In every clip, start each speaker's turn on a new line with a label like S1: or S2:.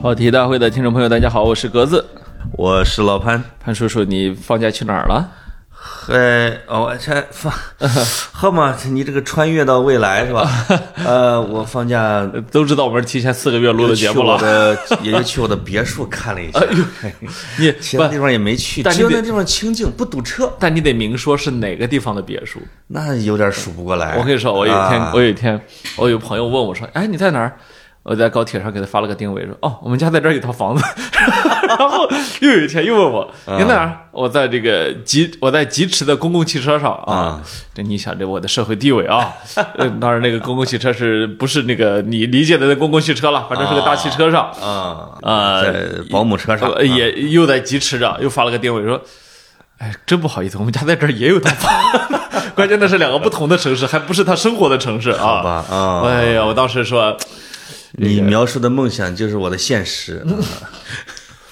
S1: 跑题大会的听众朋友，大家好，我是格子
S2: 我是老潘。
S1: 潘叔叔。你放假去哪儿了？
S2: 嘿，哦，我这放，好嘛，你这个穿越到未来是吧？ 呃，我放假
S1: 呃都知道我们是提前四个月录的
S2: 就
S1: 节
S2: 去
S1: 目
S2: 我
S1: 了，
S2: 的，也就去我的别墅看了一下，
S1: 你
S2: 其他
S1: 不，
S2: 地方也没去，
S1: 但是
S2: 只有
S1: 得
S2: 那地方清静，不堵车，
S1: 但你得明说是哪个地方的别墅。
S2: 那有点数不过来。
S1: 我跟你说，我有一天，
S2: 啊
S1: 我有一天，我有朋友问我说：“哎，你在哪儿？”我在高铁上给他发了个定位，说：“哦，我们家在这儿有一套房子。” 然后又有一天又问我：“
S2: 啊
S1: 你在哪儿？”我在这个疾，我在疾驰的公共汽车上啊
S2: 啊。
S1: 这你想，这我的社会地位啊！呃当然，那个公共汽车是不是那个你理解的那公共汽车了？反正是个大汽车上。
S2: 啊
S1: 啊
S2: 在保姆车上
S1: 呃，也又在疾驰着，又发了个定位说。哎，真不好意思，我们家在这儿也有套 房，关键那是两个不同的城市，还不是他生活的城市啊。好
S2: 吧啊
S1: 哎呀，我当时说，
S2: 你描述的梦想就是我的现实。
S1: 嗯
S2: 啊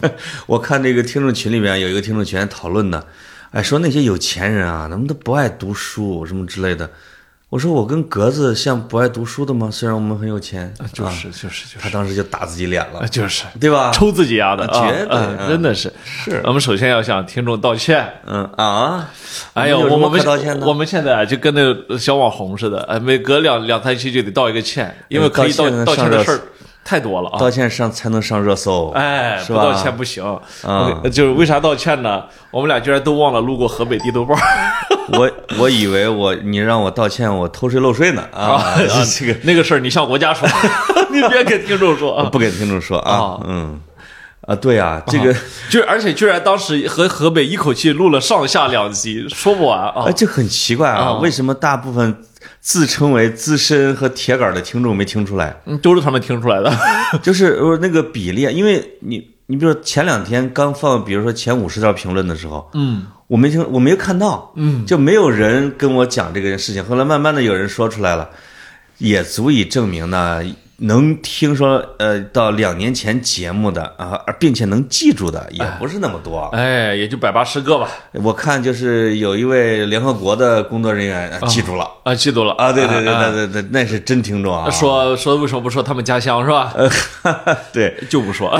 S2: 我看这个听众群里边有一个听众群讨论呢，哎，说那些有钱人啊，他们都不爱读书什么之类的。我说我跟格子像不爱读书的吗？虽然我们很有钱，
S1: 啊
S2: 啊
S1: 就是就是就
S2: 他
S1: 是
S2: 当时就打自己脸了，
S1: 呃就是，
S2: 对吧？
S1: 抽自己丫的，啊
S2: 绝对
S1: 啊
S2: 嗯
S1: 真的是。是我们首先要向听众道歉。
S2: 嗯啊，
S1: 哎呀，
S2: 有什
S1: 我
S2: 么
S1: 我们
S2: 可道歉的
S1: 我们现在就跟那个小网红似的，哎，每隔两两三期就得道一个歉，因为可以道
S2: 道歉
S1: 道歉的
S2: 上热
S1: 事儿太多了啊。
S2: 道歉上才能上热搜，
S1: 哎，不
S2: 是吧？嗯
S1: 道歉不行。OK，就是为啥道歉呢？我们俩居然都忘了路过河北地豆包。
S2: 啊我我以为我你让我道歉，我偷税漏税呢啊， 这个
S1: 那个事儿，你向国家说， 你别跟听众说啊。
S2: 不给听众说啊
S1: 啊，
S2: 嗯，啊，对啊，这个。
S1: 就是，而且居然当时和河北一口气录了上下两集，说不完啊
S2: 啊，。这很奇怪啊，
S1: 啊
S2: 为什么大部分自称为资深和铁杆的听众没听出来？
S1: 嗯都是他们听出来的。
S2: 就是呃那个比例，因为你你比如说前两天刚放，比如说前五十条评论的时候，
S1: 嗯，
S2: 我没听，我没有看到，
S1: 嗯，
S2: 就没有人跟我讲这个事情。后来慢慢的有人说出来了，也足以证明呢。能听说呃到两年前节目的啊，而并且能记住的也不是那么多。啊
S1: 哎，也就百八十个吧。
S2: 我看就是有一位联合国的工作人员、啊记住了，
S1: 啊，记住了
S2: 啊，对对对，
S1: 啊
S2: 那那那那是真听众啊，
S1: 啊说说为什么不说他们家乡是吧？
S2: 呃对
S1: 就不 说。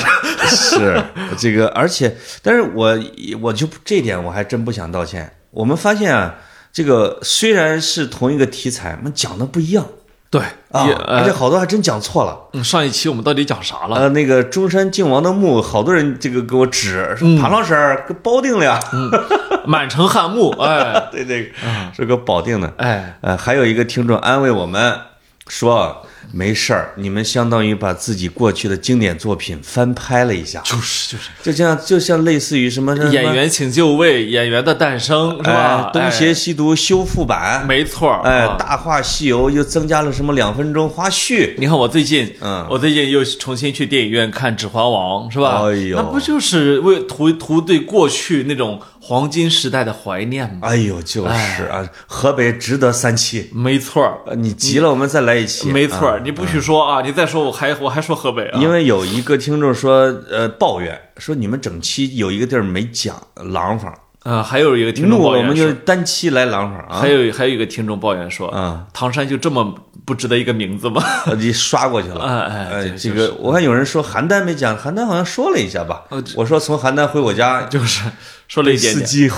S2: 是这个，而且，但是我我就这点我还真不想道歉。我们发现啊，这个虽然是同一个题材，我们讲的不一样
S1: 对，
S2: 啊
S1: 也，
S2: 而且
S1: 呃
S2: 好多还真讲错了。
S1: 嗯上一期我们到底讲啥了？
S2: 呃，那个中山靖王的墓，好多人这个给我指说
S1: 嗯
S2: 庞老师给包定了呀，呃
S1: 满城汉墓，哎
S2: 对对，是给我保定的。
S1: 哎，
S2: 呃，还有一个听众安慰我们说，啊没事儿，你们相当于把自己过去的经典作品翻拍了一下。
S1: 就是就是。
S2: 就像就像类似于什么
S1: 演，员请就位，演员的诞生是
S2: 什么
S1: 吧
S2: 嗯哎？东邪
S1: 哎
S2: 西毒修复版，
S1: 没错儿，
S2: 哎，
S1: 啊
S2: 大话西游又增加了什么两分钟花絮，
S1: 你看我最近，
S2: 嗯
S1: 我最近又重新去电影院看《指环王》，是吧？
S2: 哎呦
S1: 那不就是为图图对过去那种黄金时代的怀念吗？
S2: 哎呦，就是
S1: 哎
S2: 啊，河北值得三期，
S1: 没错儿，
S2: 呃你急了我们再来一期，
S1: 嗯没错
S2: 啊，
S1: 儿，你不许说啊！你再说我还我还说河北啊，
S2: 因为有一个听众说，呃，抱怨说你们整期有一个地儿没讲廊坊，
S1: 啊，还有一个听众
S2: 怒
S1: 抱
S2: 了我
S1: 怨
S2: 们就
S1: 说，
S2: 单期来廊坊 啊
S1: 还，有还有一个听众抱怨说，
S2: 嗯
S1: 唐山就这么不值得一个名字吗？
S2: 呃你刷过去了，
S1: 哎哎
S2: 哎，
S1: 对
S2: 这
S1: 就是
S2: 个我看有人说邯郸没讲，邯郸好像说了一下吧
S1: 呃，
S2: 我说从邯郸回我家，
S1: 就是说了一点
S2: 司
S1: 点，
S2: 机。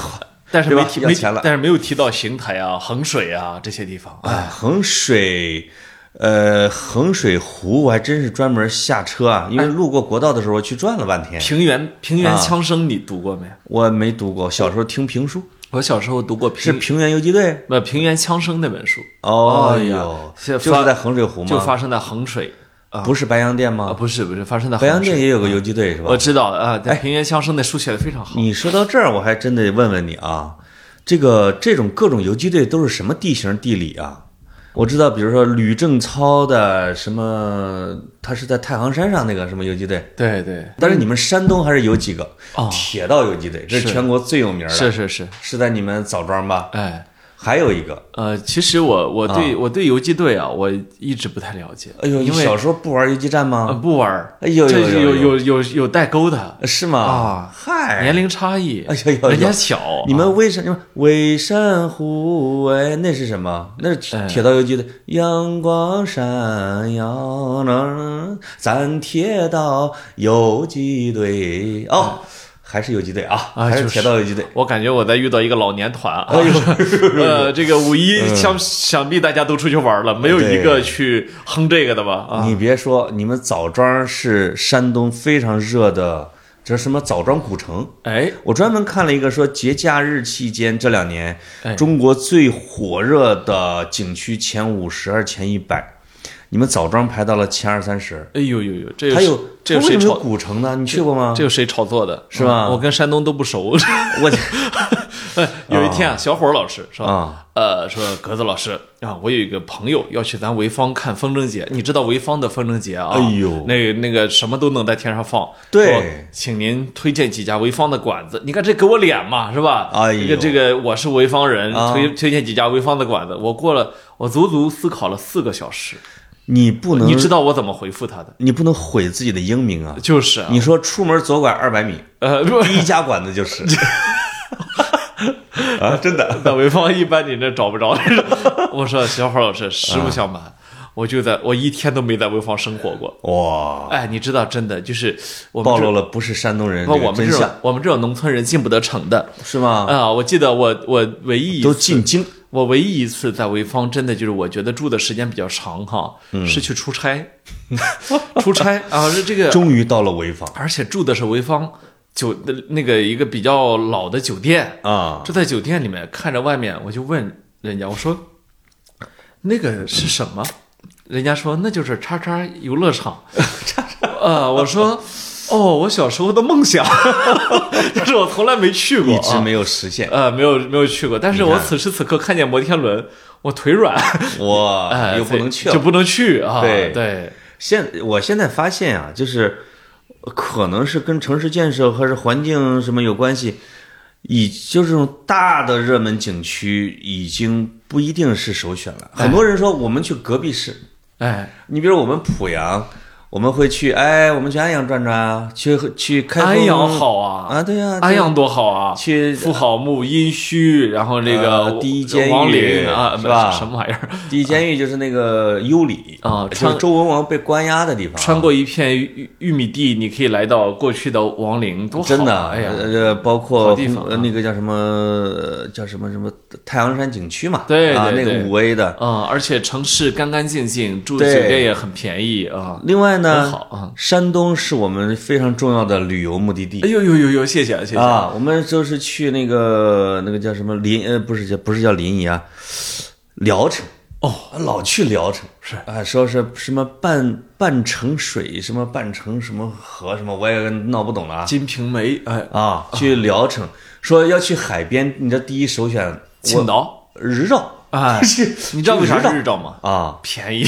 S1: 但是
S2: 对
S1: 没
S2: 吧
S1: 提
S2: 要
S1: 没提
S2: 钱了
S1: 但是没有提到邢台啊、衡水啊这些地方。
S2: 哎，衡水，呃，衡水湖，我还真是专门下车啊，因为路过国道的时候，我去转了半天。
S1: 哎平原平
S2: 啊
S1: 原枪声你读过没？
S2: 我没读过，小时候听评书，
S1: 我小时候读过
S2: 是
S1: 平
S2: 平原游击队。
S1: 呃平原枪声那本书，
S2: 哦
S1: 哎呀
S2: 呦，
S1: 现
S2: 就
S1: 在发
S2: 是在衡水湖
S1: 就
S2: 吗？
S1: 发生在衡水
S2: 不是白洋淀
S1: 啊，
S2: 吗？
S1: 不是不是，发生在
S2: 白洋
S1: 衡
S2: 淀
S1: 水。
S2: 也有个游击队是吧哎
S1: 我？知道啊，但平原枪声那书写的非常好。
S2: 你说到这儿，我还真得问问你啊，这个这种各种游击队都是什么地形地理啊？我知道，比如说吕正操的什么，他是在太行山上那个什么游击队，
S1: 对对，
S2: 但是你们山东还是有几个
S1: 哦
S2: 铁道游击队，这是
S1: 是
S2: 全国最有名的，
S1: 是是是，
S2: 是在你们枣庄吧？
S1: 哎，
S2: 还有一个，
S1: 呃，其实我我对、我对游击队啊，我一直不太了解。
S2: 哎呦，你
S1: 因为
S2: 小时候不玩游击战
S1: 呃
S2: 吗？
S1: 不玩儿，
S2: 哎呦
S1: 这
S2: 呦
S1: 是
S2: 呦
S1: 有有有有代沟的，
S2: 呃是吗？
S1: 啊
S2: 嗨，
S1: 年龄差异，
S2: 哎呦呦呦
S1: 人家小，
S2: 你们为什么？为山护卫那是什么？那是铁
S1: 哎
S2: 铁道游击队。阳光闪耀呢，咱铁道游击队哦，还是游击队啊，
S1: 哎啊
S2: 还是
S1: 就是
S2: 铁道游击队。
S1: 我感觉我在遇到一个老年团啊，
S2: 哎呦 嗯
S1: 呃，这个五一想想必大家都出去玩了，没有一个去哼这个的吧？啊，
S2: 你别说，你们枣庄是山东非常热的，这是什么枣庄古城？
S1: 哎，
S2: 我专门看了一个说，节假日期间这两年
S1: 哎，
S2: 中国最火热的景区前五十还是前一百，你们枣庄排到了前二三十。
S1: 哎呦呦呦，这
S2: 还有
S1: 这有
S2: 它为
S1: 谁
S2: 什么有
S1: 炒？
S2: 古城呢？你去过吗
S1: 这？有谁炒作的？
S2: 是吧
S1: 嗯我跟山东都不熟。
S2: 我
S1: 哎有一天啊，小伙老师说，
S2: 啊
S1: 呃，说格子老师啊，我有一个朋友要去咱潍坊看风筝节，你知道潍坊的风筝节啊？
S2: 哎呦
S1: 那个那个什么都能在天上放。
S2: 对
S1: 说请您推荐几家潍坊的馆子。你看这给我脸嘛，是吧？
S2: 哎呦
S1: 这个这个我是潍坊人，
S2: 啊
S1: 推推荐几家潍坊的馆子。我过了，我足足思考了四个小时，
S2: 你不能，
S1: 你知道我怎么回复他的？
S2: 你不能毁自己的英名啊！
S1: 就是啊，
S2: 你说出门左拐二百米，
S1: 呃，不
S2: 第一家馆子就是。啊，真的，
S1: 在潍坊一般你那找不着。 我说小伙老师，实不相瞒，我就在我一天都没在潍坊生活过。
S2: 哇，
S1: 哎，你知道，真的就是我们
S2: 暴
S1: 这
S2: 露了不是山东人
S1: 不
S2: 这
S1: 我们
S2: 个真
S1: 这种
S2: 相，
S1: 我们这种农村人进不得城的
S2: 是吗？
S1: 啊！我记得我我唯一一
S2: 都
S1: 次
S2: 进京
S1: 我唯一一次在潍坊，真的就是我觉得住的时间比较长哈，
S2: 嗯
S1: 是去出差， 出差啊，是这个，
S2: 终于到了潍坊
S1: 而且住的是潍坊酒的那个一个比较老的酒店，
S2: 啊！
S1: 就在酒店里面看着外面，我就问人家，我说那个是什么？人家说那就是叉叉游乐场。 呃，我说哦，我小时候的梦想， 但是我从来没去过、
S2: 一
S1: 啊，
S2: 直没有实现。
S1: 呃，没有没有去过，但是
S2: 你
S1: 我
S2: 看
S1: 此时此刻看见摩天轮，我腿 软，
S2: 哇，
S1: 哎，
S2: 又不能去
S1: 就
S2: 了。
S1: 不能去啊！
S2: 对
S1: 对，
S2: 现我现在发现啊，就是可能是跟城市建设还是环境什么有关系，以就这种大的热门景区已经不一定是首选了。很多人说我们去隔壁市，
S1: 哎，
S2: 你比如我们濮阳，我们会去，哎，我们去安阳转转啊，去去开封
S1: 安阳好啊，
S2: 啊，对呀、
S1: 安阳多好啊！
S2: 去
S1: 妇好墓、殷墟，然后这个
S2: 呃第一监狱
S1: 王陵啊，
S2: 是吧
S1: 什么玩意儿？
S2: 第一监狱就是那个幽里
S1: 啊
S2: 就是
S1: 川
S2: 周文王被关押的地方。啊
S1: 穿过一片玉玉米地，你可以来到过去的王陵，多好啊！
S2: 真的，
S1: 哎呀，
S2: 呃，包括
S1: 好地方啊
S2: 呃那个叫什么呃叫什么什么太阳山景区嘛，
S1: 对
S2: 啊，那
S1: 对
S2: 个
S1: 对
S2: 五 A 的。
S1: 嗯，而且城市干干净净，住酒
S2: 对
S1: 店也很便宜啊。
S2: 另外
S1: 很
S2: 呢
S1: 好啊，
S2: 山东是我们非常重要的旅游目的地
S1: 哎呦呦呦呦，谢谢谢谢！
S2: 啊，我们就是去那个那个叫什么临呃不是叫不是叫临沂啊，聊城啊
S1: 哦，
S2: 老去聊城
S1: 是
S2: 啊，说是什么半半城水什么半城什么河什么，我也闹不懂了啊
S1: 《金瓶梅》哎，
S2: 啊，去聊城说要去海边，你的第一首选
S1: 青岛
S2: 日照。
S1: 哎，你知道为嗯啥 是日照吗？
S2: 啊，
S1: 便 宜，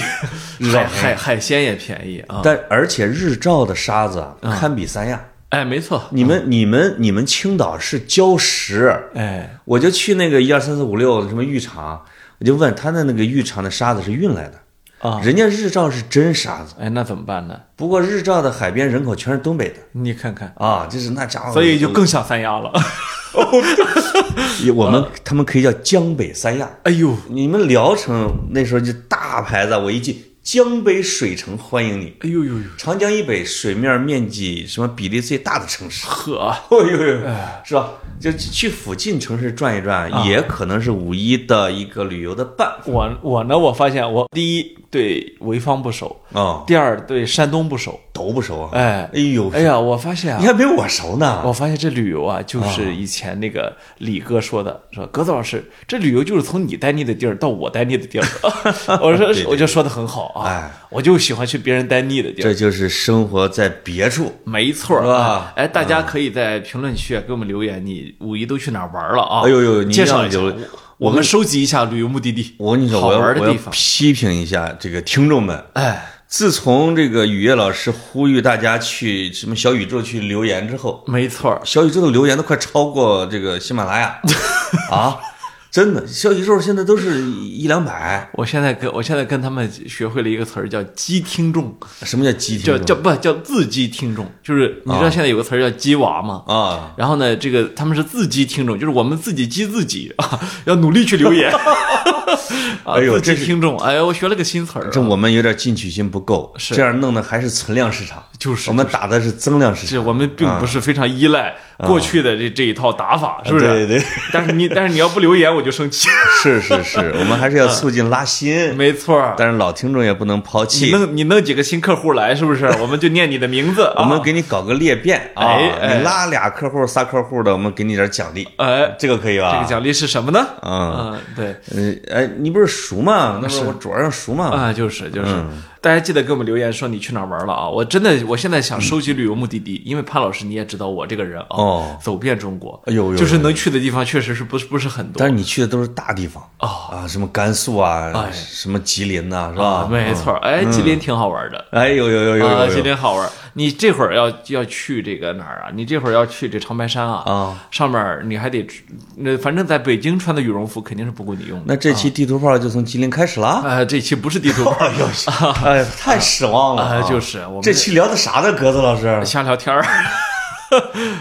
S2: 日照
S1: 海海海鲜也便宜啊！
S2: 但而且日照的沙子啊，堪比三亚。
S1: 哎，没错，
S2: 你们、你们、你们青岛是礁石，
S1: 哎，
S2: 我就去那个一二三四五六什么浴场，我就问他的那个浴场的沙子是运来的
S1: 啊，
S2: 人家日照是真沙子，
S1: 哎，那怎么办呢？
S2: 不过日照的海边人口全是东北的
S1: 你看看，
S2: 啊，就是那家伙，
S1: 所以就 更像三亚了。
S2: 我
S1: 啊
S2: 们他们可以叫江北三亚。
S1: 哎呦，
S2: 你们聊城那时候就大牌子，我一进江北水城欢迎你，
S1: 哎呦呦呦，
S2: 长江以北水面面积什么比例最大的 城市。
S1: 哎呵，啊
S2: 哦呦呦，是吧？就去附近城市转一转，
S1: 啊
S2: 也可能是五一的一个旅游的办法
S1: 我我呢，我发现我第一对潍坊不熟，
S2: 啊，
S1: 第二对山东不熟。
S2: 都不熟啊。
S1: 哎
S2: 哎呦，
S1: 哎呀，我发现啊
S2: 你，还没我熟呢。
S1: 我发现这旅游啊，就是以前那个李哥说的，说格子老师，这旅游就是从你待腻的地儿到我待腻的地儿。 我说，我就说的很好
S2: 哎
S1: 啊，我就喜欢去别人待腻的地儿。
S2: 这就是生活在别处。
S1: 没错儿
S2: 是吧
S1: 哎，大家可以在评论区啊给我们留言，你五一都去哪儿玩了啊？
S2: 哎呦呦，你
S1: 介绍一下
S2: 就，
S1: 我们收集一下旅游目的地，
S2: 我跟你说，
S1: 好
S2: 我要
S1: 玩的
S2: 我要
S1: 地方。
S2: 批评一下这个听众们。
S1: 哎，
S2: 自从这个雨夜老师呼吁大家去什么小宇宙去留言之后，
S1: 没错儿，
S2: 小宇宙的留言都快超过这个喜马拉雅啊！真的，小宇宙现在都是一两百。
S1: 我现在跟我现在跟他们学会了一个词儿，叫“鸡听众
S2: 什么叫鸡”，听
S1: 叫
S2: 众
S1: 叫不叫自鸡听众，就是你知道
S2: 啊
S1: 现在有个词儿叫“鸡娃”吗？
S2: 啊？
S1: 然后呢，这个他们是自鸡听众，就是我们自己鸡自己 啊，要努力去留言。 啊，
S2: 哎呦
S1: 自
S2: 这
S1: 己
S2: 是
S1: 听众，哎呀，我学了个新词儿啊，
S2: 这我们有点进取心不够，
S1: 是
S2: 这样弄的还是存量市场，
S1: 就是
S2: 我们打的是增量市
S1: 是
S2: 场。
S1: 我们并
S2: 啊
S1: 不是非常依赖过去的这这一套打法，是不是？
S2: 对对。
S1: 但是你但是你要不留言，我就生 气。
S2: 是 是是，我们还是要促进拉新，
S1: 没错儿，
S2: 但是老听众也不能抛
S1: 你
S2: 弃。
S1: 弄你弄几个新客户来，是不是？我们就念你的名字。
S2: 我
S1: 啊
S2: 们给你搞个裂变啊，
S1: 哎哎
S2: 你拉俩客户、仨客户的，我们给你点奖励，
S1: 哎，
S2: 这个可以
S1: 这个
S2: 吧？
S1: 奖励是什么呢？
S2: 嗯
S1: 嗯，对
S2: 嗯，哎，你不是熟吗？那不是我主要上熟吗？
S1: 啊，就是
S2: 嗯
S1: 就是，大家记得给我们留言说你去哪儿玩了啊！我真的我现在想收集旅游目的地，因为潘老师你也知道我这个人啊，
S2: 嗯哦，
S1: 走遍中国，
S2: 哎呦呦呦
S1: 就是能去的地方确实是不是不是很多
S2: 但是你去的都是大地方
S1: 哦
S2: 啊，什么甘肃啊，
S1: 哎
S2: 什么吉林呐，是吧？
S1: 没错儿，哎，吉林挺好玩的。
S2: 哎，有有有有
S1: 啊，
S2: 有
S1: 吉
S2: 有
S1: 林好玩儿。你这会儿要要去这个哪儿啊？你这会儿要去这长白山啊？
S2: 啊，
S1: 上面儿你还得，那反正在北京穿的羽绒服肯定是不够你用的。
S2: 那这期地图炮就从吉林开始了。
S1: 啊，这期不是地图
S2: 哎呦，哎呀，太失望 了
S1: 啊，
S2: 啊！
S1: 就是我们
S2: 这期聊的啥呢，格子老师？
S1: 瞎聊 天儿，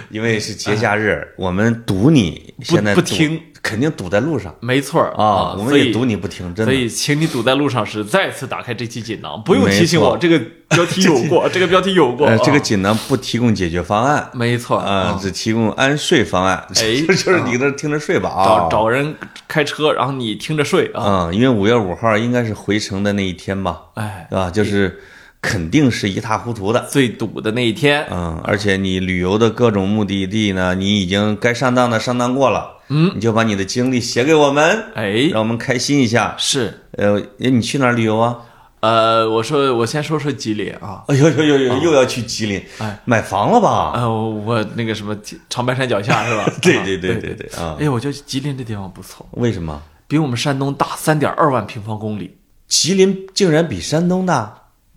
S2: 因为是节假日，我们堵你，现在
S1: 啊不
S2: 堵
S1: 听，
S2: 肯定堵在路上
S1: 没错儿
S2: 啊！我们
S1: 所以
S2: 也堵你不听，真
S1: 所
S2: 的。
S1: 以，请你堵在路上时再次打开这期锦囊，不用提醒
S2: 没错
S1: 我，这个标题有 过，这个标题有过，
S2: 呃，这个
S1: 啊
S2: 锦囊不提供解决方案
S1: 没错儿
S2: 啊，只提供安睡方案，
S1: 哎
S2: 就是你搁这听着睡吧
S1: 找
S2: 啊。
S1: 找人开车，然后你听着睡啊，
S2: 嗯，因为五月五号应该是回城的那一天吧，
S1: 哎，
S2: 啊，就是肯定是一塌糊涂的。
S1: 最堵的那一天，
S2: 嗯，而且你旅游的各种目的地呢，你已经该上当的上当过了，嗯，你就把你的经历写给我们，
S1: 哎，
S2: 让我们开心一下。
S1: 是。
S2: 呃，你去哪儿旅游啊？
S1: 呃，我说我先说说吉林啊，
S2: 哎呦呦呦呦，又要去吉林，买房了吧？？
S1: 呃，我那个什么长白山脚下是吧
S2: 对
S1: 啊
S2: 对对
S1: 对
S2: 对对啊
S1: 哎，我觉得吉林这地方不错，
S2: 为什么？
S1: 比我们山东大三点二万平方公里，
S2: 吉林竟然比山东大？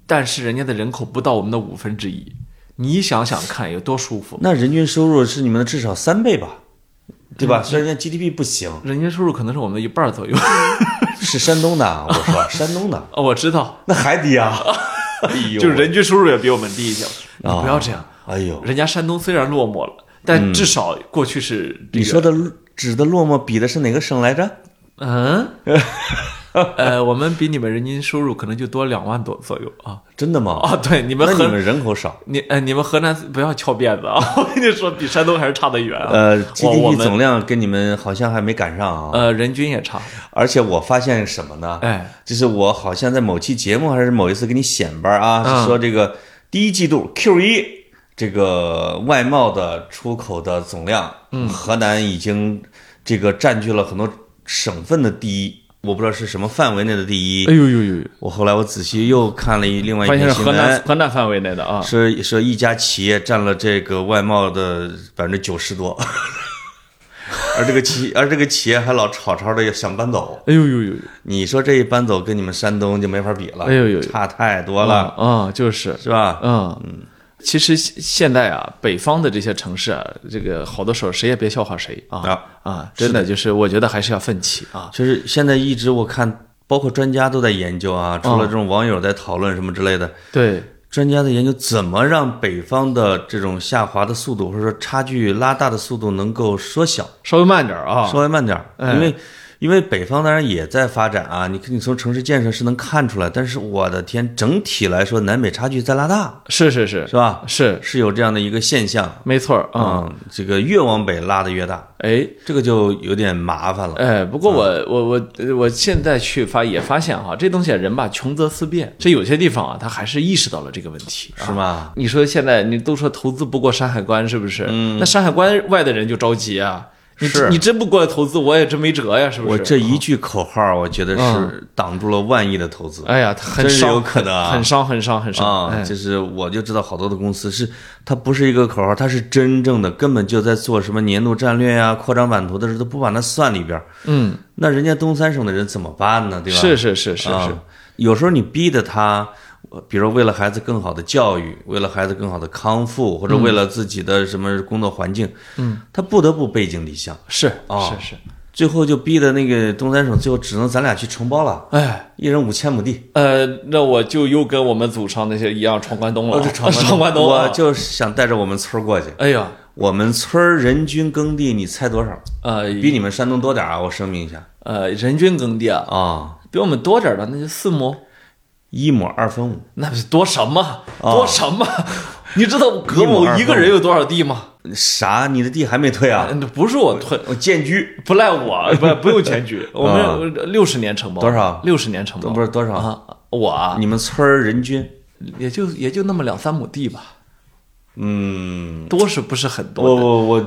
S1: 但是人家的人口不到我们的五分之一，你想想看有多舒服？
S2: 那人均收入是你们的至少三倍吧？对吧？虽然人家 GDP 不行，
S1: 人家收入可能是我们的一半 左右。
S2: 是山东的啊，我说山东的，
S1: 哦，我知道，
S2: 那还低啊！哎呦，
S1: 就是，人均收入也比我们低一些。你不要这样，
S2: 哎呦，
S1: 人家山东虽然落寞了，但至少过去是这个、
S2: 你说的指的落寞比的是哪个省来着？
S1: 嗯，呃，我们比你们人均收入可能就多两万多左右啊。
S2: 真的吗？
S1: 啊，对，你们
S2: 那你
S1: 河
S2: 们人口少，
S1: 你呃，你们河南不要翘辫子啊！ 我跟你说，比山东还是差得远啊。
S2: 呃
S1: 我我
S2: ，GDP
S1: 们
S2: 总量跟你们好像还没赶上啊。
S1: 呃人均也差。
S2: 而且我发现什么呢？
S1: 哎，
S2: 就是我好像在某期节目还是某一次给你显摆啊，
S1: 嗯
S2: 是说这个第一季度 Q 一这个外贸的出口的总量，嗯，河南已经这个占据了很多省份的第一，我不知道是什么范围内的第一。
S1: 哎呦呦呦，
S2: 我后来我仔细又看了一另外一
S1: 发现
S2: 篇
S1: 是
S2: 新
S1: 河南
S2: 闻，
S1: 河南范围内的啊。
S2: 说说一家企业占了这个外贸的百分之九十多， 而这个企而这个企业还老吵吵的想搬走。
S1: 哎呦呦呦，
S2: 你说这一搬走跟你们山东就没法比了，
S1: 哎呦呦
S2: 差太多
S1: 完
S2: 了，
S1: 啊，就是
S2: 是吧？
S1: 嗯其实现现在啊，北方的这些城市啊，这个好多时候谁也别笑话谁啊
S2: 啊
S1: 啊！真的就是，我觉得还是要奋起啊。
S2: 就是现在一直我看，包括专家都在研究啊，除
S1: 嗯
S2: 了这种网友在讨论什么之类的，
S1: 对，
S2: 专家在研究怎么让北方的这种下滑的速度或者说差距拉大的速度能够缩小，
S1: 稍微慢点儿啊。
S2: 稍微慢点儿，因为。因为北方当然也在发展啊，你你从城市建设是能看出来，但是我的天，整体来说南北差距在拉大，
S1: 是是是
S2: 是吧？
S1: 是，
S2: 是有这样的一个现象
S1: 没错儿啊。
S2: 嗯，这个越往北拉的越大，
S1: 哎，
S2: 这个就有点麻烦了。
S1: 哎，不过我我我呃我现在去发也发现哈，这东西人吧，穷则思变，这有些地方啊，他还是意识到了这个问题，啊
S2: 是吗？
S1: 你说现在你都说投资不过山海关，是不是？嗯，那山海关外的人就着急啊，你
S2: 是
S1: 你真不过来投资，我也真没辙呀，是不是？啊嗯
S2: 我这一句口号，我觉得是挡住了万亿的投资
S1: 哎呀，很
S2: 真是
S1: 伤，
S2: 有可能啊
S1: 很伤，很伤，很伤。
S2: 啊！
S1: 哎
S2: 就是我就知道好多的公司是它不是一个口号，它是真正的根本就在做什么年度战略啊、扩张版图的时候都不把它算里边儿。
S1: 嗯，
S2: 那人家东三省的人怎么办呢？对吧？
S1: 是是是是是
S2: 啊，有时候你逼的他，呃比如为了孩子更好的教育，为了孩子更好的康复，或者为了自己的什么工作环境，嗯，他不得不背井离乡。
S1: 是
S2: 啊
S1: 是是，
S2: 最后就逼的那个东三省，最后只能咱俩去承包了，
S1: 哎，
S2: 一人五千亩地。
S1: 呃，那我就又跟我们祖上那些一样闯关东了，
S2: 我是哦闯关
S1: 闯关东啊
S2: 我
S1: 了。
S2: 就是想带着我们村儿过去。
S1: 哎呀，
S2: 我们村儿人均耕地，你猜多少？
S1: 呃
S2: 比你们山东多点儿啊！我声明一下
S1: 呃，人均耕地啊，
S2: 啊、
S1: 比我们多点儿的那就四亩，
S2: 一亩二分五。
S1: 那不是多什么多什么？ 你知道葛
S2: 哦一亩
S1: 某
S2: 二
S1: 一个
S2: 分
S1: 人有多少地吗？
S2: 啥？你的地还没退啊？
S1: 呃不是我退，
S2: 我建居
S1: 不赖我，不不用检 举，我们呃六十年承包
S2: 啊多少
S1: 六十年承包
S2: 不是多少？
S1: 啊，我啊，
S2: 你们村儿人均？
S1: 也就也就那么两三亩地吧，
S2: 嗯，
S1: 多是不是很
S2: 我
S1: 多的？
S2: 我我，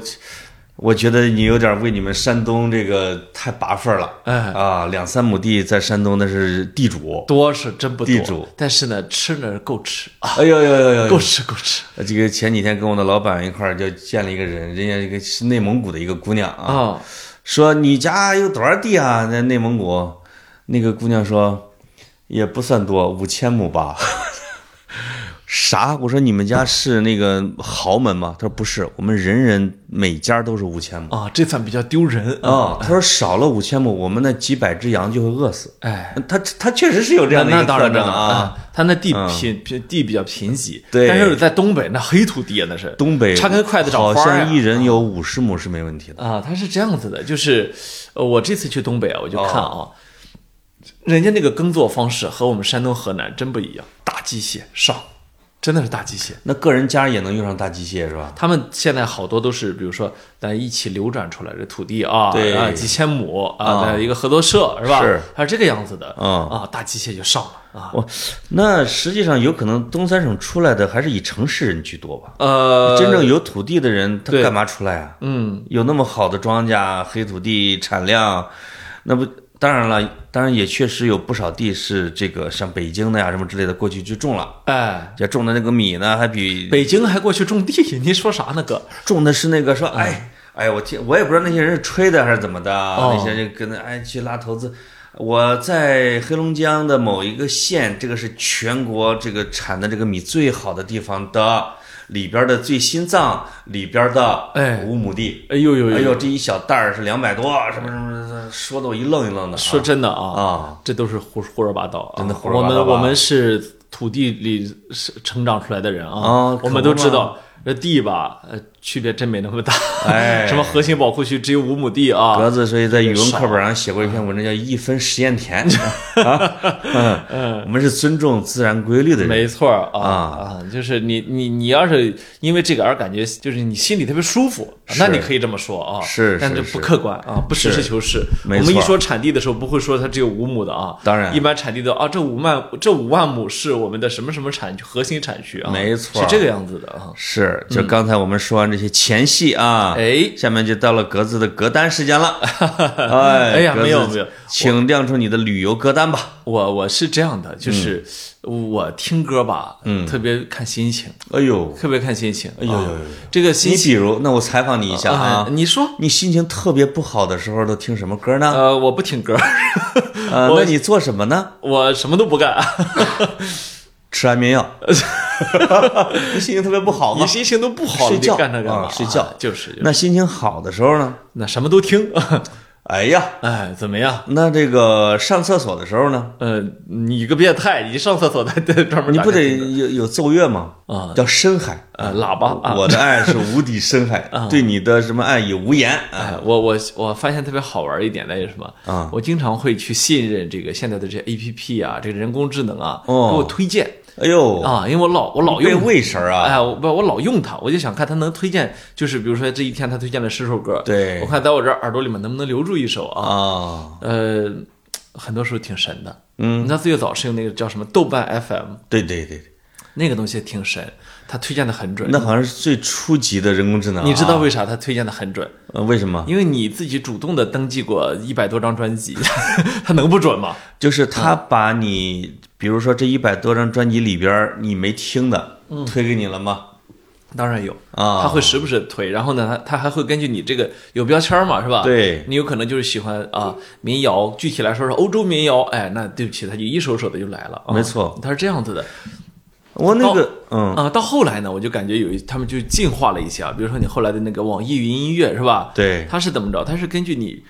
S2: 我觉得你有点为你们山东这个太拔份儿了。
S1: 哎
S2: 啊，两三亩地在山东那是地主。
S1: 多是真不多，
S2: 地主
S1: 但是呢，吃呢够吃啊，
S2: 哎呦呦呦呦
S1: 够吃够吃
S2: 这个前几天跟我的老板一块儿就见了一个人，人家一个是内蒙古的一个姑娘啊，
S1: 啊！
S2: 说你家有多少地啊？在内蒙古，那个姑娘说也不算多，五千亩吧。啥？我说你们家是那个豪门吗？她说不是，我们人人每家都是五千亩
S1: 啊，这算比较丢人啊！
S2: 啊。她说少了五千亩，我们那几百只羊就会饿死。
S1: 哎，
S2: 她她确实是有这样的一
S1: 那
S2: 个
S1: 当
S2: 特
S1: 然
S2: 征
S1: 了嗯
S2: 啊。！
S1: 他那地贫贫地比较贫瘠，
S2: 对
S1: 但是在东北那黑土地啊，那是
S2: 东北
S1: 插根筷子长
S2: 好
S1: 花呀嗯
S2: 像一人有五十亩是没问题的。
S1: 啊，他是这样子的，就是呃，我这次去东北啊，我就看啊，人家那个耕作方式和我们山东、河南真不一样，大机械上，真的是大机械。
S2: 那个人家也能用上大机械是吧？
S1: 他们现在好多都是，比如说咱一起流转出来的土地啊，
S2: 对
S1: 啊，几千亩啊，
S2: 啊
S1: 在一个合作社是吧？
S2: 是，
S1: 它是这个样子的
S2: 嗯
S1: 啊，大机械就上了啊。
S2: 我哦那实际上有可能东三省出来的还是以城市人居多吧。
S1: 呃，
S2: 真正有土地的人，他
S1: 对
S2: 干嘛出来啊？
S1: 嗯，
S2: 有那么好的庄稼、黑土地产量，那不当然了，当然也确实有不少地是这个像北京的呀什么之类的过去就种了，
S1: 哎，
S2: 这种的那个米呢，还比
S1: 北京还过去种地，你说啥呢哥？
S2: 种的是那个
S1: 嗯
S2: 说，哎哎，我听我也不知道那些人是吹的还是怎么的，
S1: 哦
S2: 那些人跟那哎去拉投资。我在黑龙江的某一个县，这个是全国这个产的这个米最好的地方的，里边的最心脏里边的
S1: 哎
S2: 五亩地，
S1: 哎呦呦
S2: 哎
S1: 呦，
S2: 呦，这一小袋儿是两百多，什么什么什么，说的我一愣一愣的啊。
S1: 说真的啊
S2: 啊，
S1: 这都是胡胡说八道啊！
S2: 真的胡说八道
S1: 我
S2: 吧
S1: 们我们是土地里是成长出来的人啊，
S2: 啊
S1: 我
S2: 可不
S1: 们都知
S2: 嘛
S1: 道这地吧，呃，区别真没那么大。
S2: 哎
S1: 什么核心保护区只有五亩地啊？
S2: 格子所以在语文课本上写过一篇文章，叫《一分实验田》 啊，嗯，我们是尊重自然规律的人，
S1: 没错儿啊
S2: 啊
S1: 啊，就是你你你要是因为这个而感觉就是你心里特别舒服，
S2: 是
S1: 那你可以这么说啊，
S2: 是
S1: 但
S2: 是
S1: 这
S2: 是
S1: 不客观啊，不实事求是。我
S2: 没
S1: 们一
S2: 错
S1: 说产地的时候，不会说它只有五亩的啊，
S2: 当然
S1: 一般产地的啊，这五万这五万亩是我们的什么什么产区核心产区啊，
S2: 没错
S1: 是这个样子的啊。
S2: 是，就刚才我们说完这些前戏啊，
S1: 哎
S2: 下面就到了格子的歌单时间 了。哎
S1: 哎呀
S2: 格子
S1: 没有没有
S2: 请亮出你的旅游歌单吧。
S1: 我我是这样的，
S2: 嗯
S1: 就是我听歌吧，嗯，特别看心情，
S2: 哎呦，
S1: 特别看心情。哎
S2: 呦
S1: 呦
S2: 呦呦，
S1: 这个心
S2: 你
S1: 情
S2: 比如，那我采访你一下啊，
S1: 你说，
S2: 你心情特别不好的时候都听什么歌呢？
S1: 呃，我不听歌，
S2: 呃，那你做什么呢？
S1: 我什么都不干。
S2: 吃安眠 药。你心情特别不好
S1: 你
S2: 吗？
S1: 心情都不好，
S2: 哦睡
S1: 你得
S2: 觉
S1: 干它干嘛？哎
S2: 啊睡觉
S1: 就是就是
S2: 那心情好的时候呢？
S1: 那什么都听。
S2: 哎呀，
S1: 哎，怎么样？
S2: 那这个上厕所的时候呢？
S1: 呃，你个变态，你上厕所在在专门
S2: 你
S1: 打
S2: 不
S1: 开
S2: 得
S1: 听歌
S2: 有有奏乐吗？
S1: 啊
S2: 叫深海。
S1: 呃喇叭啊？
S2: 我的爱是无底深海，对你的什么爱也无言啊。
S1: 哎，我我我发现特别好玩一点的是什么？
S2: 啊
S1: 我经常会去信任这个现在的这些 A P P 啊，这个人工智能啊，给
S2: 哦
S1: 我推荐
S2: 哎呦，
S1: 啊，因为我老我老
S2: 被
S1: 用它。
S2: 喂食儿啊！
S1: 哎，我不，我老用它，我就想看它能推荐，就是比如说这一天它推荐了十首歌，
S2: 对
S1: 我看在我这耳朵里面能不能留住一首啊？
S2: 啊，
S1: 呃，很多时候挺神的。嗯，你知道最早是用那个叫什么豆瓣 FM
S2: 对对对，对
S1: 那个东西挺神，它推荐的很准。
S2: 那好像是最初级的人工智能啊。
S1: 你知道为啥它推荐的很准？
S2: 呃为什么？
S1: 因为你自己主动的登记过一百多张专辑， 它能不准吗？
S2: 就是他把你，比如说这一百多张专辑里边儿你没听的，推给你了吗？
S1: 当然有嗯
S2: 啊
S1: 它会时不时地推，然后呢，它它还会根据你这个有标签嘛，是吧？
S2: 对
S1: 你有可能就是喜欢啊民谣，具体来说是欧洲民谣，哎，那对不起，它就一首首的就来了，啊
S2: 没错，
S1: 它是这样子的。
S2: 我那个，嗯，
S1: 啊，到后来呢，我就感觉有一他们就进化了一些啊，比如说你后来的那个网易云音乐是吧？
S2: 对
S1: 它是怎么着？它是根据你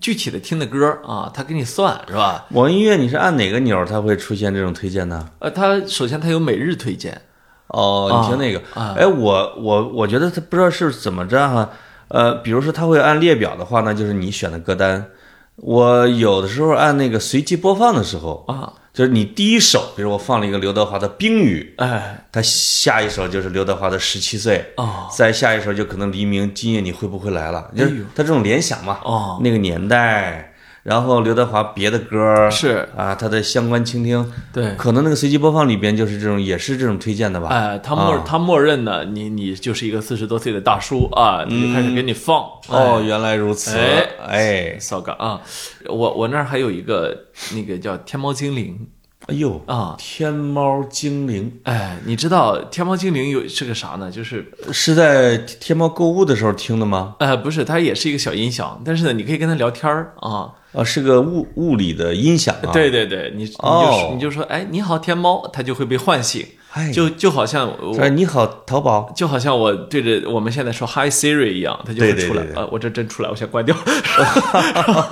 S1: 具体的听的歌啊，他给你算是吧？
S2: 网易云你是按哪个钮儿它会出现这种推荐呢？
S1: 呃，他首先他有每日推荐，
S2: 哦，你
S1: 啊
S2: 听那个，哎，我我我觉得它不知道是怎么着哈，呃，比如说它会按列表的话呢，就是你选的歌单，我有的时候按那个随机播放的时候
S1: 啊，
S2: 就是你第一首，比如我放了一个刘德华的《冰雨》，
S1: 哎，
S2: 它下一首就是刘德华的《十七岁》，
S1: 哦，
S2: 再下一首就可能黎明《今夜你会不会来了》，就
S1: 哎
S2: 是
S1: 呦
S2: 它这种联想嘛，
S1: 哦，
S2: 那个年代，然后刘德华别的歌儿
S1: 是
S2: 啊，他的相关倾听，
S1: 对
S2: 可能那个随机播放里边就是这种，也是这种推荐的吧？啊
S1: 哎，他默、他默认呢，你你就是一个四十多岁的大叔啊，他就开始给你放、
S2: 嗯哦，原来如此，
S1: 哎
S2: 哎，
S1: 骚感啊！我我那儿还有一个那个叫天猫精灵，
S2: 哎呦
S1: 啊
S2: 天猫精灵
S1: 哎，你知道天猫精灵有是个啥呢？就是
S2: 是在天猫购物的时候听的吗？
S1: 呃，不是，它也是一个小音响，但是呢，你可以跟它聊天儿啊。
S2: 啊，是个物物理的音响啊，
S1: 对对对，你你就、
S2: 哦
S1: 你就说，哎，你好，天猫，它就会被唤醒，
S2: 哎
S1: 就就好像我
S2: 哎，你好，淘宝，
S1: 就好像我对着我们现在说 Hi Siri 一样，它就会
S2: 对对
S1: 出来。
S2: 对对啊
S1: 呃，我这真出来，我先关掉。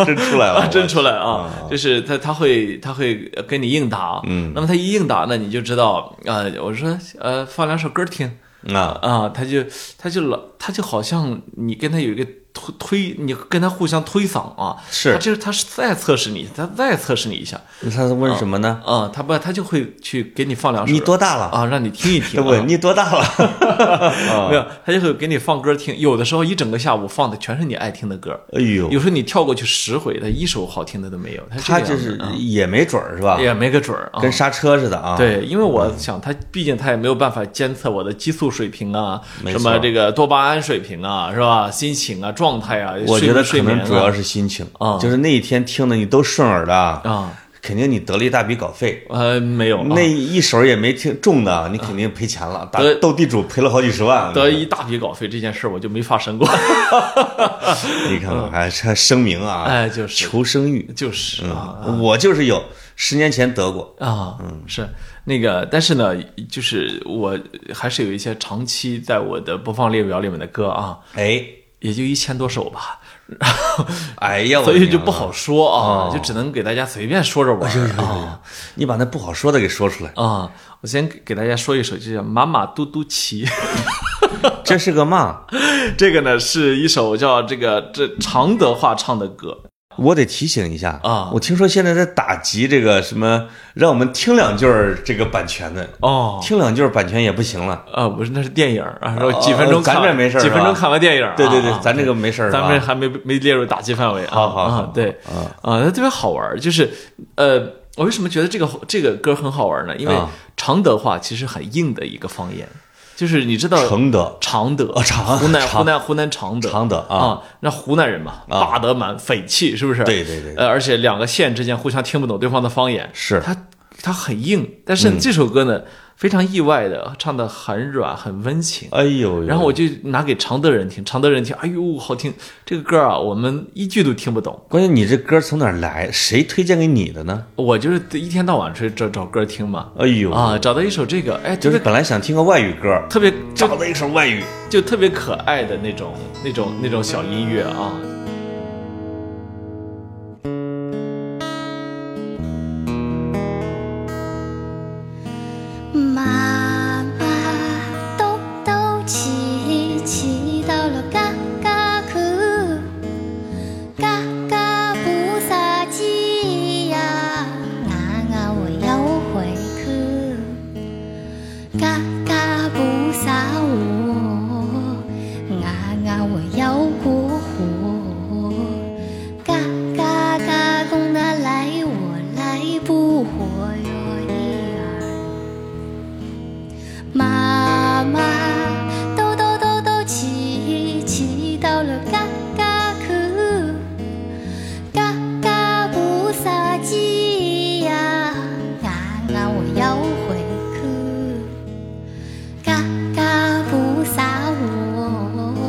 S2: 真出 来
S1: 啊，
S2: 了，
S1: 真出来啊！就是他他会他会呃跟你应答，嗯，那么他一应答呢，你就知道，呃，我说呃放两首歌听
S2: 啊，
S1: 啊，他就他就老他就好像你跟他有一个推推，你跟他互相推搡啊，
S2: 是
S1: 他这他是再测试你，他再测试你一下
S2: 他问什么呢？
S1: 啊，他不他就会去给你放两首，
S2: 你多大了？
S1: 啊，让你听一听
S2: 他
S1: 啊，
S2: 问你啊多大了？
S1: 没有，他就会给你放歌听，有的时候一整个下午放的全是你爱听的歌。
S2: 哎呦，
S1: 有时候你跳过去十回，他一首好听的都没有。
S2: 他
S1: 他
S2: 这是也没准儿是吧？
S1: 也没个准儿啊。
S2: 跟刹车似的啊。，
S1: 对，因为我想，他毕竟他也没有办法监测我的激素水平啊，
S2: 没
S1: 什
S2: 错
S1: 么这个多巴胺水平啊，是吧？心情啊，状态啊，
S2: 我觉得可
S1: 睡不睡
S2: 能
S1: 眠
S2: 主要是心情
S1: 啊
S2: 就是那一天听的你都顺耳的，
S1: 啊，
S2: 肯定你得了一大笔稿费。
S1: 呃，没有啊，
S2: 那一手也没听中的，你肯定赔钱了，打
S1: 啊得
S2: 斗地主赔了好几十万。
S1: 得一大笔稿费这件事儿我就没发生过，
S2: 你看看，还还声明啊，
S1: 哎就是
S2: 求生欲，
S1: 就是啊
S2: 我就是有，十年前得过，
S1: 啊，
S2: 嗯
S1: 是那个，但是呢，就是我还是有一些长期在我的播放列表里面的歌啊，
S2: 哎，
S1: 也就一千多首吧，
S2: 哎呀，我
S1: 所
S2: 的
S1: 以
S2: 娘
S1: 就不好说啊，
S2: 哦
S1: 就只能给大家随便说着玩儿啊。
S2: 啊，你把那不好说的给说出来，
S1: 啊、我先给给大家说一首，就叫《马马嘟嘟骑》，
S2: 这是个嘛？
S1: 这个呢是一首叫这个这常德话唱的歌
S2: 我得提醒一下
S1: 啊
S2: 我听说现在在打击这个什么，让我们听两句儿这个版权的，
S1: 哦。
S2: 听两句儿版权也不行了。
S1: 啊，不是，那是电影儿啊，说几分钟
S2: 哦咱
S1: 看完，
S2: 这没事儿
S1: 几分
S2: 是吧
S1: 钟看完电影儿啊，
S2: 对对对
S1: 啊，
S2: 咱这个没事儿，
S1: 咱
S2: 是吧
S1: 们这还没没列入打击范围啊。
S2: 好好好
S1: 啊，对啊，它特别好玩儿，就是呃，我为什么觉得这个这个歌很好玩儿呢？因为
S2: 啊
S1: 常德话其实很硬的一个方言，就是你知道
S2: 承德
S1: 常德
S2: 啊常
S1: 湖南
S2: 常
S1: 湖南湖南常德
S2: 常德啊
S1: 啊，那湖南人嘛，
S2: 啊
S1: 霸得蛮匪气，是不是？
S2: 对对对
S1: 呃，而且两个县之间互相听不懂对方的方言，
S2: 是嗯
S1: 它它很硬，但是这首歌呢，非常意外的唱的很软，很温情。
S2: 哎呦，
S1: 然后我就拿给常德人听，常德人听，哎呦，好听！这个歌啊，我们一句都听不懂。
S2: 关键你这歌从哪儿来？谁推荐给你的呢？
S1: 我就是一天到晚去找找歌听嘛，
S2: 哎呦，
S1: 啊，找到一首这个，哎，
S2: 就
S1: 特
S2: 是
S1: 别
S2: 本来嗯想听个外语歌，
S1: 特别
S2: 找
S1: 就
S2: 了一首外语。
S1: 就特别可爱的那种那种那种小音乐啊。
S3: 妈妈兜兜骑骑到了嘎嘎库，嘎嘎不撒鸡呀，俺俺我要回去，嘎嘎不撒我，俺俺我要过活，嘎嘎嘎公的来我来不活哟一儿。妈妈，兜兜兜兜骑骑到了嘎嘎库，嘎嘎不撒鸡呀，俺俺我要回去，嘎嘎不撒我，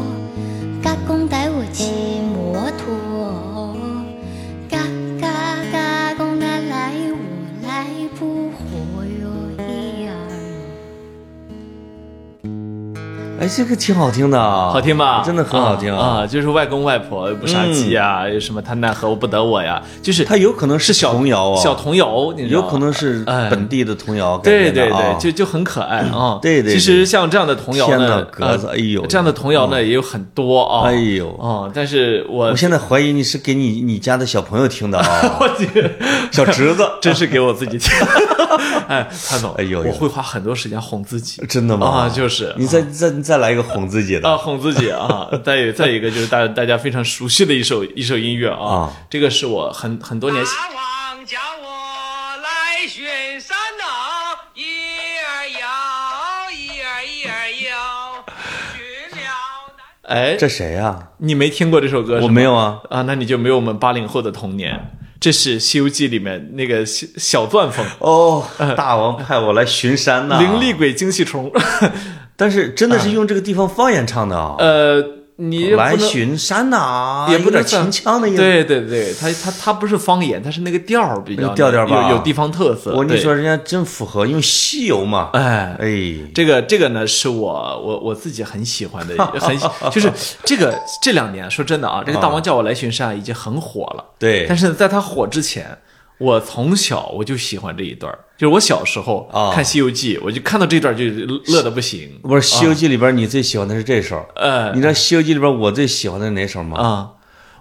S3: 嘎公带我骑摩托，嘎嘎嘎公那来我来不活哟一儿。
S2: 哎，这个挺好听的啊，
S1: 好听吧？
S2: 真的很好听嗯
S1: 啊！啊就是外公外婆不杀鸡呀，什么他奈何我不得我呀，就是
S2: 它有可能是小童谣啊，
S1: 小童谣，你知道
S2: 有
S1: 吗
S2: 可能是
S1: 哎
S2: 本地的童谣改
S1: 对
S2: 编的
S1: 对
S2: 啊
S1: 对，就就很可爱啊。
S2: 对对对
S1: 其实像这样的童谣
S2: 天哪
S1: 呢，
S2: 格子
S1: 呃
S2: 哎呦嗯
S1: 这样的童谣呢也有很多啊。
S2: 哎呦
S1: 哦，但是我
S2: 我现在怀疑你是给你你家的小朋友听的啊，
S1: 我觉得
S2: 小侄子，
S1: 真是给我自己听。 哎，潘总，
S2: 哎呦呦
S1: 我会花很多时间哄自己。
S2: 真的吗？
S1: 啊就是
S2: 你再再再来一个哄自己
S1: 啊，
S2: 的，
S1: 哄自己啊！再有再一个就是大大家非常熟悉的一首一首音乐啊
S2: 啊，
S1: 这个是我很很多年前。
S4: 大王叫我来巡山呐、一二摇，一二一二摇，巡了南。
S1: 哎，
S2: 这谁呀？
S1: 你没听过这首歌是吗？
S2: 我没有啊
S1: 啊，那你就没有我们八零后的童年。这是《西游记》里面那个小小钻风，
S2: 哦，大王派我来巡山呐，
S1: 灵力鬼精细虫。
S2: 但是真的是用这个地方方言唱的啊，
S1: 啊呃，你也不
S2: 来
S1: 能
S2: 巡山呐，
S1: 也不
S2: 有
S1: 能
S2: 点
S1: 算
S2: 秦腔的意思。
S1: 对对对，它它它不是方言，它是那个调儿比
S2: 那
S1: 较
S2: 个调调吧
S1: 有有地方特色。
S2: 我跟你
S1: 对
S2: 说，，人家真符合，因为西游嘛。
S1: 哎。
S2: 哎，
S1: 这个这个呢，是我我我自己很喜欢 的，很喜就是这个这两年，说真的啊，这个《大王叫我来巡山》已经很火了，
S2: 嗯对
S1: 但是在它火之前，我从小我就喜欢这一段儿，就是我小时候
S2: 啊
S1: 看《西游记》，我就看到这段就乐的不行。
S2: 不是《西游记》里边你最喜欢的是这首，
S1: 呃
S2: 你知道《西游记》里边我最喜欢的是哪首吗？
S1: 啊，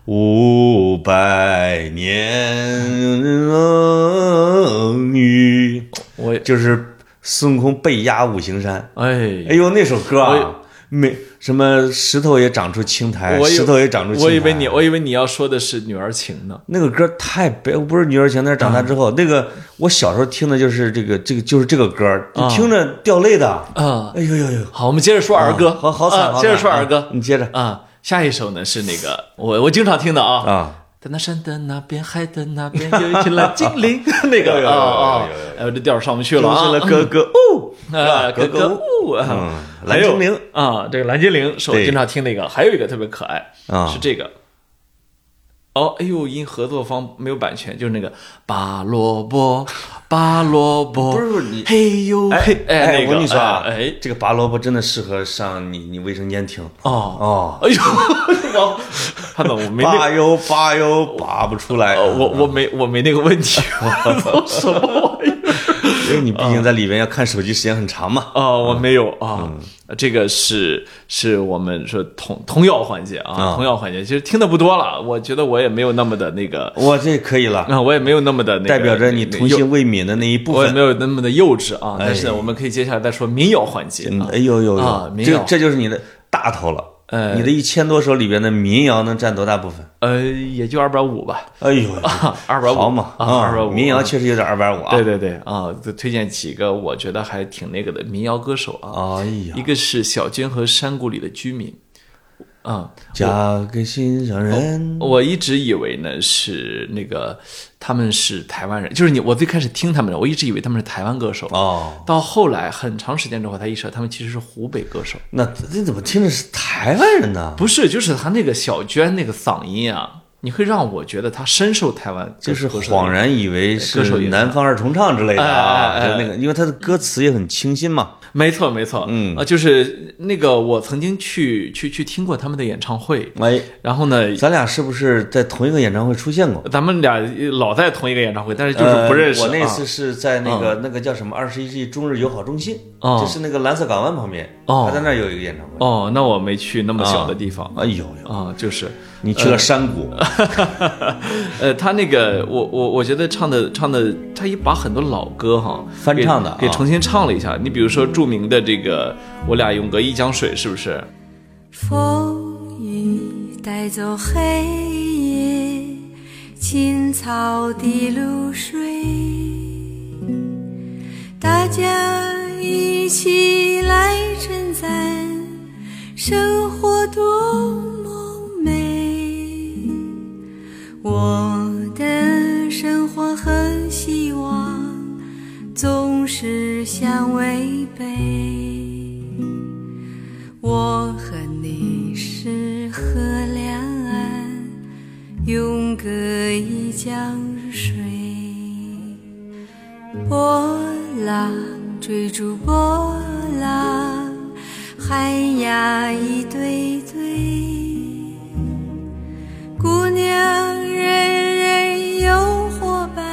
S2: 五百年冷雨，
S1: 我
S2: 就是孙悟空被压五行山。
S1: 哎
S2: 哎呦，那首歌啊
S1: 我，
S2: 没什么石头也长出青苔，
S1: 我以
S2: 哎石头也长出青苔。
S1: 我以为你我以为你要说的是《女儿情》呢。
S2: 那个歌太悲，不是女儿情，那是长大之后。那个我小时候听的就是这个，这个就是这个歌，就听着掉泪的。
S1: 啊
S2: 啊哎呦呦呦，
S1: 好，我们接着说儿歌，
S2: 好好惨
S1: 啊
S2: 好惨
S1: 接着说儿
S2: 啊
S1: 歌
S2: 你接着
S1: 啊。下一首呢是那个我我经常听的啊
S2: 啊，
S1: 在那山的那边，海的那边，有一群蓝精 灵，那
S2: 有有
S1: 个
S2: 有
S1: 啊啊
S2: 有有有，
S1: 哎呦，这调儿上不去了
S2: 都
S1: 啊，
S2: 是了哥哥哦，
S1: 啊，格
S2: 格
S1: 格
S2: 格
S1: 巫啊，
S2: 嗯蓝精灵
S1: 还有啊，这个蓝精灵是我
S2: 对
S1: 经常听的一个，还有一个特别可爱
S2: 啊
S1: 是这个。哦，哎呦，因合作方没有版权，就是那个拔萝卜，拔萝卜，
S2: 不是不是你
S1: 嘿呦嘿，
S2: 哎，
S1: 那
S2: 我
S1: 个
S2: 跟你说啊，
S1: 哎，
S2: 这个拔萝卜真的适合上你你卫生间听。
S1: 哦
S2: 哦，
S1: 哎呦， 我 潘总，我没那
S2: 拔哟拔哟，拔不出来。
S1: 呃我我没我没那个问题， 我什么玩意儿？
S2: 因为你毕竟在里边要看手机时间很长嘛。
S1: 啊，我没有啊，
S2: 嗯
S1: 这个是是我们说童童谣环节啊
S2: 啊，
S1: 童谣环节其实听的不多了，我觉得我也没有那么的那个，
S2: 我这可以了，
S1: 啊，我也没有那么的那个，
S2: 代表着你童
S1: 幼
S2: 心未泯的那一部
S1: 我也没
S2: 分。哎
S1: 有那么的幼稚啊，但是呢，我们可以接下来再说民谣环节
S2: 嗯
S1: 啊
S2: 哎，呦呦
S1: 啊
S2: 呦，
S1: 民
S2: 这
S1: 谣
S2: 这就是你的大头了。
S1: 哎
S2: 你的一千多首里边的民谣能占多大部分？
S1: 呃，也就二百五吧，
S2: 哎呦，
S1: 二百五
S2: 好嘛
S1: 啊，二百五
S2: 民谣确实有点二百五啊。
S1: 对，对对啊，就推荐几个我觉得还挺那个的民谣歌手啊，
S2: 哎呀
S1: 一，个是小军和山谷里的居民，啊、
S2: 嫁给心上人。
S1: 我一直以为呢是那个他们是台湾人，就是你我最开始听他们的，我一直以为他们是台湾歌手，
S2: 哦，
S1: 到后来很长时间之后，他意识到他们其实是湖北歌手，
S2: 那这怎么听着是台湾人呢？
S1: 不是，就是他那个小娟那个嗓音啊，你会让我觉得他深受台湾歌
S2: 就是
S1: 歌手呃
S2: 恍然以为是南方二重唱之类的啊，
S1: 哎哎哎
S2: 就是那个，因为他的歌词也很清新嘛。
S1: 没错，没错，
S2: 嗯
S1: 啊，就是那个我曾经去去去听过他们的演唱会，
S2: 哎，
S1: 然后呢，
S2: 咱俩是不是在同一个演唱会出现过？
S1: 咱们俩老在同一个演唱会，但是就是不认识。
S2: 呃我那
S1: 啊嗯
S2: 次是在那个、那个叫什么二十一世纪中日友好中心，
S1: 哦
S2: 就是那个蓝色港湾旁边，
S1: 哦
S2: 他在那儿有一个演唱会。
S1: 哦，那我没去那么小的地方
S2: 哎
S1: 啊、
S2: 呦呦，
S1: 就是，
S2: 你去了山谷，
S1: 哎呃，他那个我我我觉得唱的唱的，他也把很多老歌哈
S2: 翻
S1: 给
S2: 唱的啊
S1: 给重新唱了一下。你比如说著名的这个“我俩永隔一江水”，是不是？
S3: 风雨带走黑夜，青草的露水，大家一起来称赞生活多么美。我的生活和希望总是相违背。我和你是河两岸，永隔一江水。波浪追逐波浪，寒鸦一对对，姑娘人人有伙伴，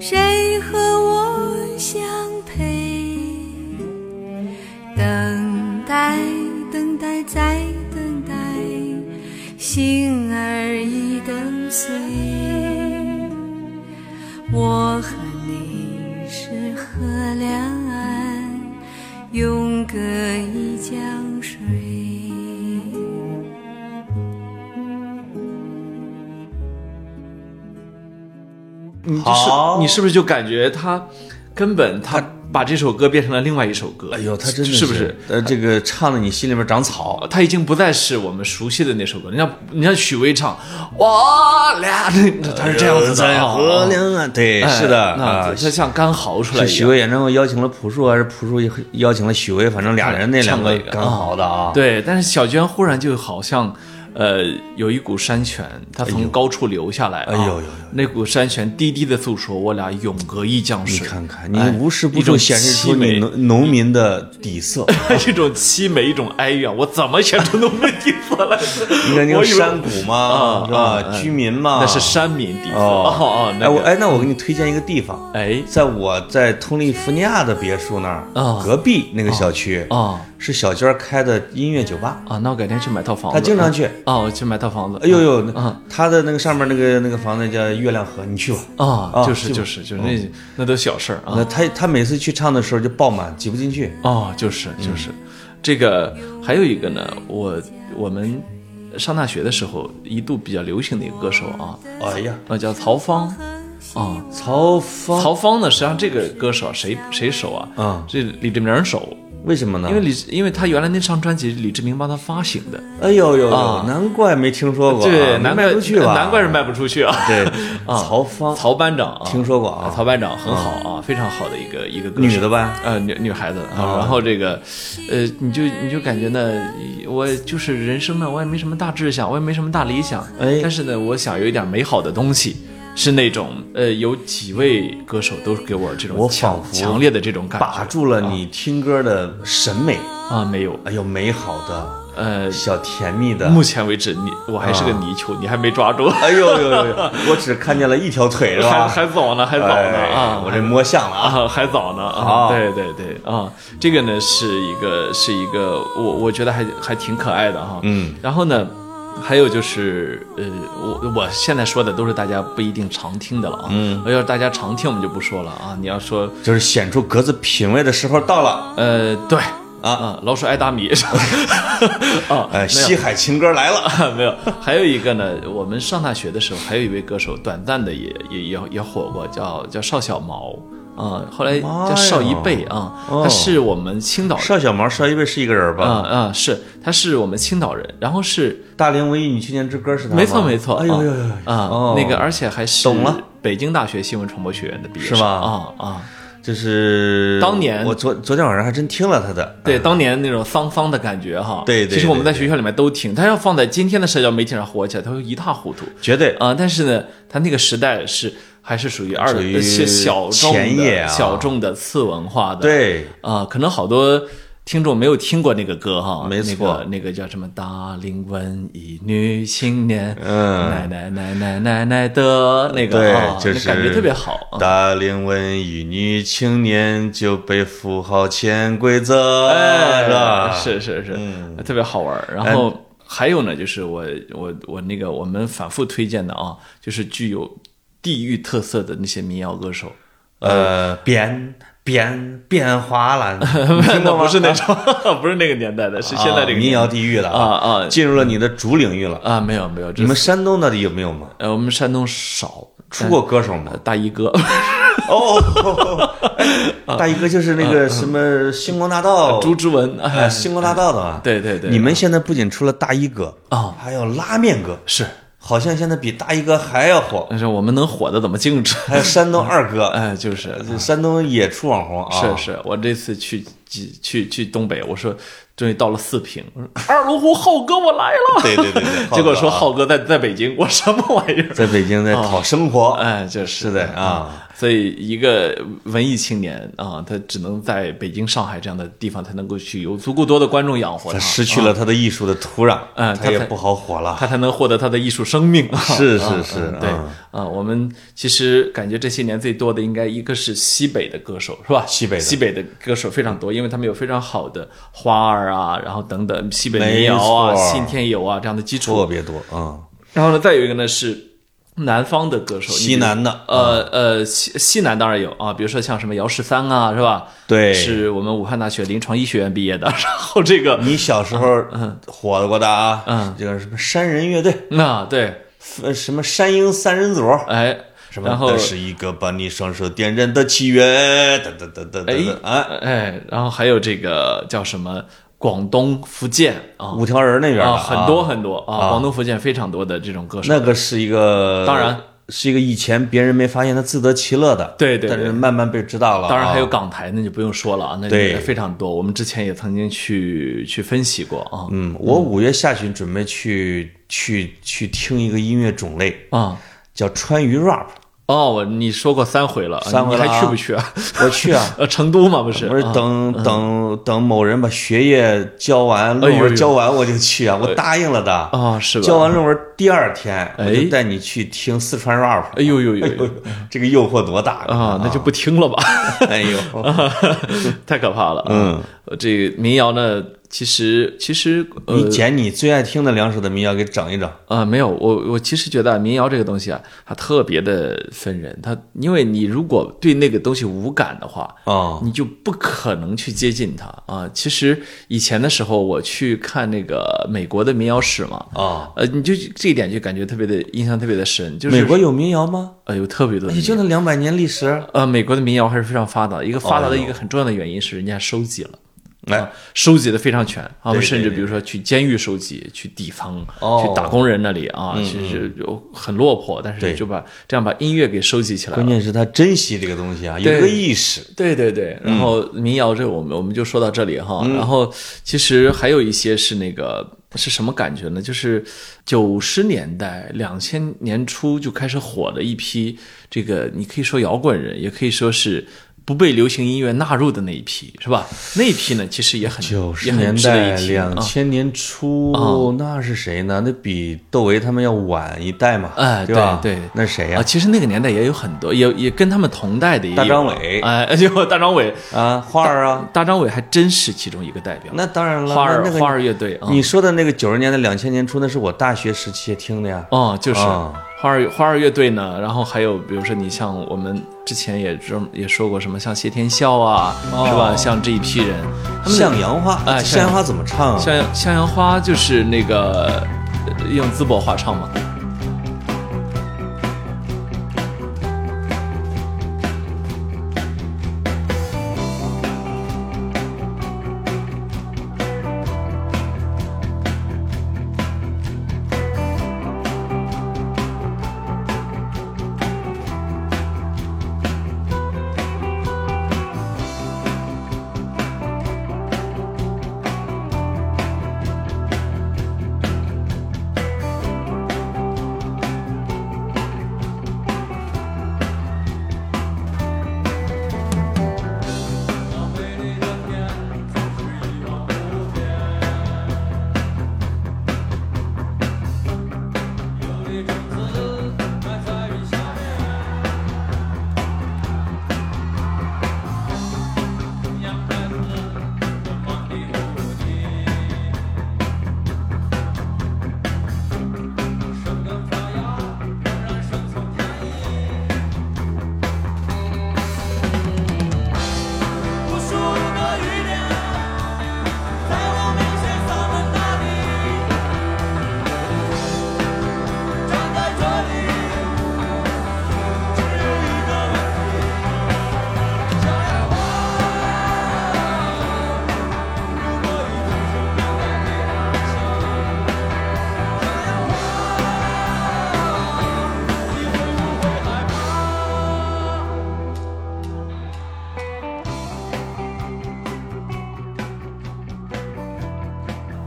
S3: 谁和我相陪？等待，等待，再等待，心儿已等碎。我和你是河两岸，永隔一江水。
S1: 你这是
S2: 好
S1: 你是不是就感觉他根本他把这首歌变成了另外一首歌？
S2: 哎呦，他真的
S1: 是不
S2: 是？呃，这个唱的你心里面长草，
S1: 他已经不再是我们熟悉的那首歌，人家人家许巍唱我俩，那他是这样子的啊，
S2: 哎河两岸，对，
S1: 哎
S2: 是的
S1: 那
S2: 啊。
S1: 他像干嚎出来
S2: 是
S1: 一
S2: 许
S1: 样。
S2: 巍演唱会邀请了朴树，还是朴树邀请了许巍？反正俩人那两
S1: 唱过一个
S2: 刚好的啊。
S1: 对，但是小娟忽然就好像，呃，有一股山泉，她从高处流下来，哎
S2: 呦哎呦哎呦
S1: 那股山泉滴滴的诉说，我俩永隔一江
S2: 你
S1: 水。
S2: 看看，你
S1: 哎
S2: 无时不
S1: 一
S2: 处
S1: 种
S2: 显示出
S1: 凄
S2: 你
S1: 美
S2: 农农民的底色。
S1: 一种凄美，一种哀怨，我怎么选出农民底色 来？
S2: 你看那
S1: 我以
S2: 个
S1: 为
S2: 山谷嘛，
S1: 啊
S2: 是
S1: 啊
S2: 吧？
S1: 啊
S2: 居民嘛，
S1: 那是山民底色。
S2: 哦
S1: 哦哦，那
S2: 哎，我
S1: 个
S2: 哎，那我给你推荐一个地方，
S1: 哎
S2: 在我在通利福尼亚的别墅那儿，
S1: 啊
S2: 隔壁那个小区，
S1: 哦
S2: 是小娟开的音乐酒吧。
S1: 啊，那我改天去买套房子。
S2: 他经常去
S1: 哦，我去买套房子。
S2: 哎呦呦，那
S1: 啊
S2: 他的那个上面那个那个房子叫月亮河，你去吧。
S1: 啊
S2: 啊，
S1: 就是
S2: 是吧
S1: 就是就是
S2: 哦
S1: 那那都小事儿啊
S2: 那。他他每次去唱的时候就爆满，挤不进去。
S1: 哦，就是就是，这个还有一个呢，我我们上大学的时候一度比较流行的一个歌手啊，
S2: 哎呀，
S1: 那叫曹芳啊。
S2: 曹芳，
S1: 曹芳呢，实际上这个歌手谁谁熟啊？
S2: 啊
S1: 这李志明熟，
S2: 为什么呢？
S1: 因为李因为他原来那张专辑李志明帮他发行的，
S2: 哎呦呦呦
S1: 啊，
S2: 难怪没听说过啊，
S1: 对，
S2: 没
S1: 难
S2: 卖
S1: 怪
S2: 出去吧？
S1: 难怪是卖不出 去啊。
S2: 对，
S1: 啊
S2: 曹芳，
S1: 曹班长啊，
S2: 听说过啊嗯
S1: 曹班长很好啊，非常好的一个一个歌手
S2: 女的吧
S1: 呃，女女孩子啊。然后这个，呃，你就你就感觉呢，我就是人生呢，我也没什么大志向，我也没什么大理想，
S2: 哎
S1: 但是呢，我想有一点美好的东西。是那种呃，有几位歌手都给我这
S2: 我
S1: 种
S2: 仿
S1: 强
S2: 佛
S1: 强烈的这种感觉，
S2: 把住了你听歌的审美，
S1: 啊，没有，
S2: 哎呦，美好的
S1: 呃，
S2: 小甜蜜的。
S1: 目前为止你我还是个
S2: 啊
S1: 泥鳅，你还没抓住，
S2: 哎呦呦呦呦！我只看见了一条腿，是吧？
S1: 还还早呢，还早呢
S2: 哎
S1: 啊，
S2: 我这摸象了啊！
S1: 啊，还早呢
S2: 好
S1: 啊！对对对啊，这个呢是一个是一个，我我觉得还还挺可爱的哈。
S2: 嗯，
S1: 然后呢，还有就是呃，我我现在说的都是大家不一定常听的了啊。嗯，要是大家常听我们就不说了啊。你要说
S2: 就是显出格子品味的时候到了
S1: 呃，对
S2: 啊！
S1: 啊，老鼠爱大米 啊，
S2: 哎，
S1: 没有
S2: 西海情歌来了，
S1: 没有，还有一个呢，我们上大学的时候，还有一位歌手，短暂的也也也也火过，叫叫邵小毛啊、后来
S2: 妈呀
S1: 叫邵一贝啊、
S2: 哦
S1: 他是我们青岛人
S2: 邵小毛、邵一贝是一个人
S1: 啊
S2: 吧？
S1: 啊、是他是我们青岛人，然后是
S2: 大龄文艺女青年之歌是他吗？
S1: 没错没错，
S2: 哎呦呦呦！
S1: 啊、
S2: 哦
S1: 那个而且还是
S2: 懂了
S1: 北京大学新闻传播学院的毕业
S2: 是
S1: 生
S2: 吧
S1: 啊啊，
S2: 就是
S1: 当年
S2: 我昨昨天晚上还真听了他的，哎
S1: 对，当年那种丧丧的感觉哈，
S2: 嗯对对
S1: 其实我们
S2: 对
S1: 在学校里面都听，他要放在今天的社交媒体上火起来，他会一塌糊涂。
S2: 绝对
S1: 啊、但是呢，他那个时代是还是属于二
S2: 属于
S1: 是小众
S2: 前夜
S1: 的、
S2: 啊
S1: 小众的次文化的。
S2: 对
S1: 啊、可能好多听众没有听过那个歌哈，
S2: 没错
S1: 那个那个叫什么“大龄文艺女青年”，
S2: 嗯
S1: 奶奶奶奶奶奶的那个，
S2: 对
S1: 啊，
S2: 就是
S1: 那感觉特别好。啊
S2: 大龄文艺女青年就被富豪潜规则，是吧？
S1: 哎，是是是，
S2: 嗯
S1: 特别好玩儿。然后还有呢，就是我我我那个我们反复推荐的啊，就是具有地域特色的那些民谣歌手，
S2: 呃，变变变花 篮，你听过
S1: 那
S2: 吗？
S1: 不是那种， 不是那个年代的，是现在这个
S2: 啊民谣
S1: 年
S2: 地域了
S1: 啊啊
S2: 进入了你的主领域了。
S1: 代啊，没有没有，
S2: 你
S1: 你
S2: 们山东到底有没有吗？
S1: 呃，我们山东少
S2: 出过歌手吗
S1: 呃？大衣哥，
S2: 哦哦，哦哎大衣哥就是那
S1: 嗯
S2: 个什么星光大道，
S1: 朱之文，
S2: 哎，
S1: 哎，
S2: 星光大道的啊。
S1: 对对对
S2: 你们现在不仅出了大衣哥
S1: 啊
S2: 还有拉面哥，
S1: 是，
S2: 好像现在比大衣哥还要火。
S1: 但是我们能火的怎么竞争？
S2: 还有山东二哥，嗯
S1: 哎，就是哦
S2: 山东也出网红啊，
S1: 是是，我这次去去去去东北，我说终于到了四 平，我说二龙湖 浩哥我来了。
S2: 对 对对对浩哥啊
S1: 结果哦说浩哥在在北京，我什么玩意儿？
S2: 在北京在讨生活，
S1: 哎，就是
S2: 是的啊，
S1: 所以一个文艺青年啊，他只能在北京、上海这样的地方才能够去有足够多的观众养活
S2: 他
S1: 他，
S2: 失去了他的艺术的土壤，
S1: 啊嗯
S2: 他
S1: 他
S2: 也
S1: 才
S2: 不好火了。
S1: 他才能获得他的艺术生命。
S2: 是
S1: 啊
S2: 是是
S1: 嗯对
S2: 嗯
S1: 啊，我们其实感觉这些年最多的应该一个是西北的歌手是吧？
S2: 西北的
S1: 西北的歌手非常多，因为他们有非常好的花儿啊，然后等等西北民
S2: 没
S1: 谣啊、
S2: 错
S1: 信天游啊这样的基础。
S2: 特别多啊、
S1: 然后呢，再有一个呢是南方的歌手，
S2: 西南的
S1: 你比如呃呃，西西南当然有啊，比如说像什么姚十三啊，是吧？
S2: 对
S1: 是我们武汉大学临床医学院毕业的。然后这个，
S2: 你小时候火过的啊，
S1: 嗯
S2: 这个什么山人乐队，
S1: 那对，
S2: 呃什么山鹰三人组，
S1: 哎，
S2: 什么？
S1: 然后
S2: 这是一个把你双手点燃的契约，哒哒哒哒哒
S1: 哎
S2: 哒啊！
S1: 哎，然后还有这个叫什么广东、福建啊
S2: 五条人那边的
S1: 啊，
S2: 啊
S1: 很多很多啊，
S2: 啊
S1: 广东、福建非常多的这种歌手。
S2: 那个是一个，
S1: 当然
S2: 是一个以前别人没发现他自得其乐的，
S1: 对对对
S2: 但是慢慢被知道了。
S1: 当然还有
S2: 啊
S1: 港台，那就不用说了啊，那
S2: 对
S1: 非常多。我们之前也曾经去去分析过啊，
S2: 嗯，我五月下旬准备去去去听一个音乐种类，
S1: 啊、
S2: 叫川渝 rap，
S1: 哦，我你说过三回了，
S2: 三回了啊
S1: 你还去不去啊？。
S2: 我去啊
S1: 呃，成都嘛，不是？
S2: 不是
S1: 啊
S2: 等等等某人把学业交完，
S1: 哎呦
S2: 论文
S1: 呦哎
S2: 交完我就去啊，我答应了的
S1: 啊是吧
S2: 交完论文第二天，我
S1: 哎
S2: 就带你去听四川 rap。
S1: 哎呦呦呦呦
S2: 这个诱惑多大
S1: 啊，那就呃不听了吧，
S2: 哎呦，
S1: 太可怕了。嗯，这个民谣呢，其实其实呃
S2: 你捡你最爱听的两首的民谣给整一整，
S1: 啊、没有，我我其实觉得啊民谣这个东西啊，它特别的分人。它因为你如果对那个东西无感的话，
S2: 哦
S1: 你就不可能去接近它啊。其实以前的时候，我去看那个美国的民谣史嘛，
S2: 哦
S1: 呃，你就这一点就感觉特别的印象特别的深，就是
S2: 美国哎有民谣吗？
S1: 呃有特别多的
S2: 也
S1: 民
S2: 就
S1: 谣。
S2: 那两百年历史，
S1: 呃，美国的民谣还是非常发达的，一个发达的
S2: 哎呦
S1: 一个很重要的原因是人家收集了。
S2: 哎，
S1: 收集的非常全啊，我们
S2: 对
S1: 甚至
S2: 对
S1: 比如说去监狱收集，去地方，
S2: 哦嗯
S1: 去打工人那里啊，其实有很落魄，但是
S2: 对
S1: 就把这样把音乐给收集起来
S2: 关
S1: 了。
S2: 键是他珍惜这个东西啊，有
S1: 对
S2: 这个意识。
S1: 对对对，
S2: 嗯
S1: 然后民谣这我们我们就说到这里哈，然后其实还有一些是那个是什么感觉呢？就是九十年代、两千年初就开始火的一批，这个你可以说摇滚人，也可以说是。不被流行音乐纳入的那一批是吧？那一批呢，其实也很
S2: 九十
S1: 也很
S2: 年
S1: 值得
S2: 代、
S1: 一提啊
S2: 两千年初，那是谁呢？那比窦唯他们要晚一代嘛，
S1: 哎
S2: 对吧？
S1: 对对
S2: 那谁
S1: 啊，
S2: 呀？
S1: 其实那个年代也有很多，也也跟他们同代的也有
S2: 大张伟
S1: 哎， 哎呦，大张伟，
S2: 啊，花儿啊，
S1: 大张伟还真是其中一个代表。
S2: 那当然了，
S1: 花儿
S2: 那那个
S1: 花儿乐队啊，
S2: 你说的那个九十年代、两千年初，那是我大学时期听的呀。
S1: 哦，就是
S2: 啊
S1: 花儿花儿乐队呢，然后还有比如说你像我们之前也这也说过什么，像谢天笑啊，是吧？像这一批人，他们的
S2: 哦向阳花，
S1: 哎
S2: 向阳花怎么唱啊？
S1: 向向阳花就是那个呃用淄博话唱嘛。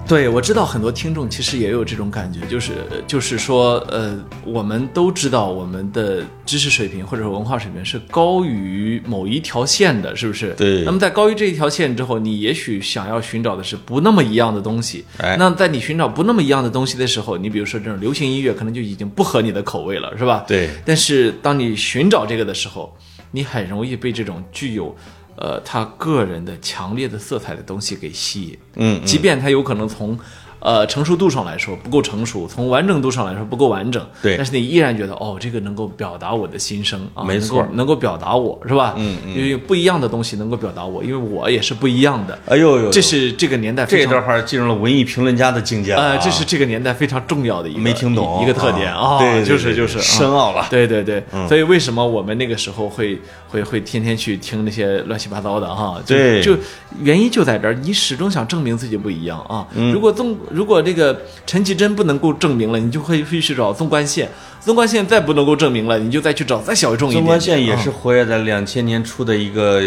S1: 对，我知道很多听众其实也有这种感觉，就是就是说，呃，我们都知道我们的知识水平或者文化水平是高于某一条线的，是不是？
S2: 对
S1: 那么在高于这一条线之后，你也许想要寻找的是不那么一样的东西。
S2: 哎
S1: 那在你寻找不那么一样的东西的时候，你比如说这种流行音乐，可能就已经不合你的口味了，是吧？
S2: 对
S1: 但是当你寻找这个的时候，你很容易被这种具有。呃，他个人的强烈的色彩的东西给吸引，
S2: 嗯
S1: 即便它有可能从呃成熟度上来说不够成熟，从完整度上来说不够完整，
S2: 对
S1: 但是你依然觉得哦，这个能够表达我的心声啊，
S2: 没错
S1: 能够能够表达我是吧？嗯嗯，因为不一样的东西能够表达我，因为我也是不一样的。
S2: 哎呦呦呦，
S1: 这是这个年代
S2: 这
S1: 非
S2: 一
S1: 常
S2: 段话进入了文艺评论家的境界了啊
S1: 呃，这是这个年代非常重要的一个
S2: 没听懂
S1: 一一个特点
S2: 啊
S1: 啊，
S2: 对对
S1: 就是
S2: 对
S1: 就是啊
S2: 深奥了
S1: 对对对，
S2: 嗯
S1: 所以为什么我们那个时候会会会天天去听那些乱七八糟的哈？就
S2: 对
S1: 就原因就在这儿，你始终想证明自己不一样啊。
S2: 嗯
S1: 如果纵如果这个陈绮贞不能够证明了，你就会会去找纵贯线，纵贯线再不能够证明了，你就再去找再小众一点点。
S2: 纵贯线也
S1: 啊
S2: 是活跃在两千年初的一个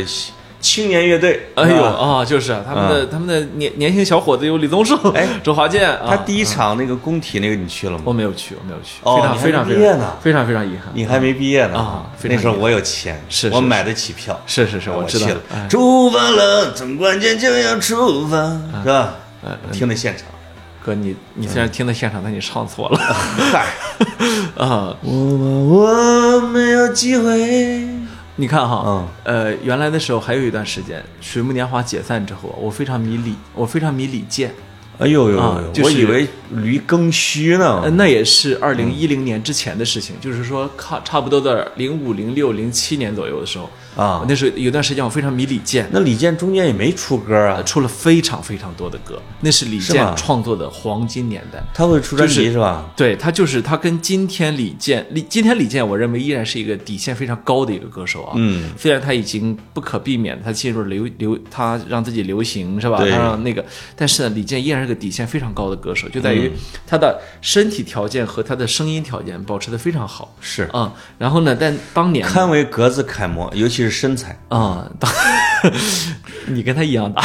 S2: 青年乐队。
S1: 哎
S2: 是
S1: 呦
S2: 吧
S1: 啊，就是啊他们的他们的年年轻小伙子有李宗盛、
S2: 哎
S1: 周华健啊，
S2: 他第一场那个工体那个你去了
S1: 我
S2: 吗？
S1: 没有去，我没有去，
S2: 哦
S1: 非常
S2: 你还
S1: 非常
S2: 没
S1: 非
S2: 毕业呢
S1: 常非常非常遗憾。
S2: 你还没毕业呢
S1: 啊非常
S2: 那时候我有钱，
S1: 是是
S2: 我买得起票。啊
S1: 是是是，
S2: 我
S1: 知
S2: 去
S1: 道
S2: 了，
S1: 哎
S2: 出发了，从关键就要出发，是吧？
S1: 哎
S2: 听的现场，
S1: 哥，你你虽然听的现场，但你唱错了
S2: 嗯 嗨，
S1: 啊！
S2: 我我没有机会。
S1: 你看
S2: 嗯
S1: 哈，呃，原来的时候还有一段时间，《水木年华》解散之后，我非常迷李，我非常迷李健，
S2: 哎呦呦
S1: 啊
S2: 呦，
S1: 就是
S2: 我以为驴更虚
S1: 呃，
S2: 呢。
S1: 那也是二零一零年之前的事
S2: 嗯
S1: 情，就是说，差差不多在零五、零六、零七年左右的时候
S2: 啊
S1: 那时候有段时间我非常迷李健，
S2: 那李健中间也没出歌啊，
S1: 出了非常非常多的歌，那是李
S2: 是
S1: 健
S2: 吗
S1: 创作的黄金年代。
S2: 他会出专
S1: 就
S2: 辑
S1: 是
S2: 是吧？
S1: 对他就是他跟今天李健，李今天李健，我认为依然是一个底线非常高的一个歌手啊。
S2: 嗯，
S1: 虽然他已经不可避免，他进入流流，他让自己流行是吧？他
S2: 对
S1: 让那个，但是呢，李健依然是个底线非常高的歌手，就在
S2: 嗯
S1: 于他的身体条件和他的声音条件保持的非常好。
S2: 是
S1: 啊、然后呢，但当年呢
S2: 堪为格子楷模，尤其是身材。
S1: 啊、当 你跟他一样大，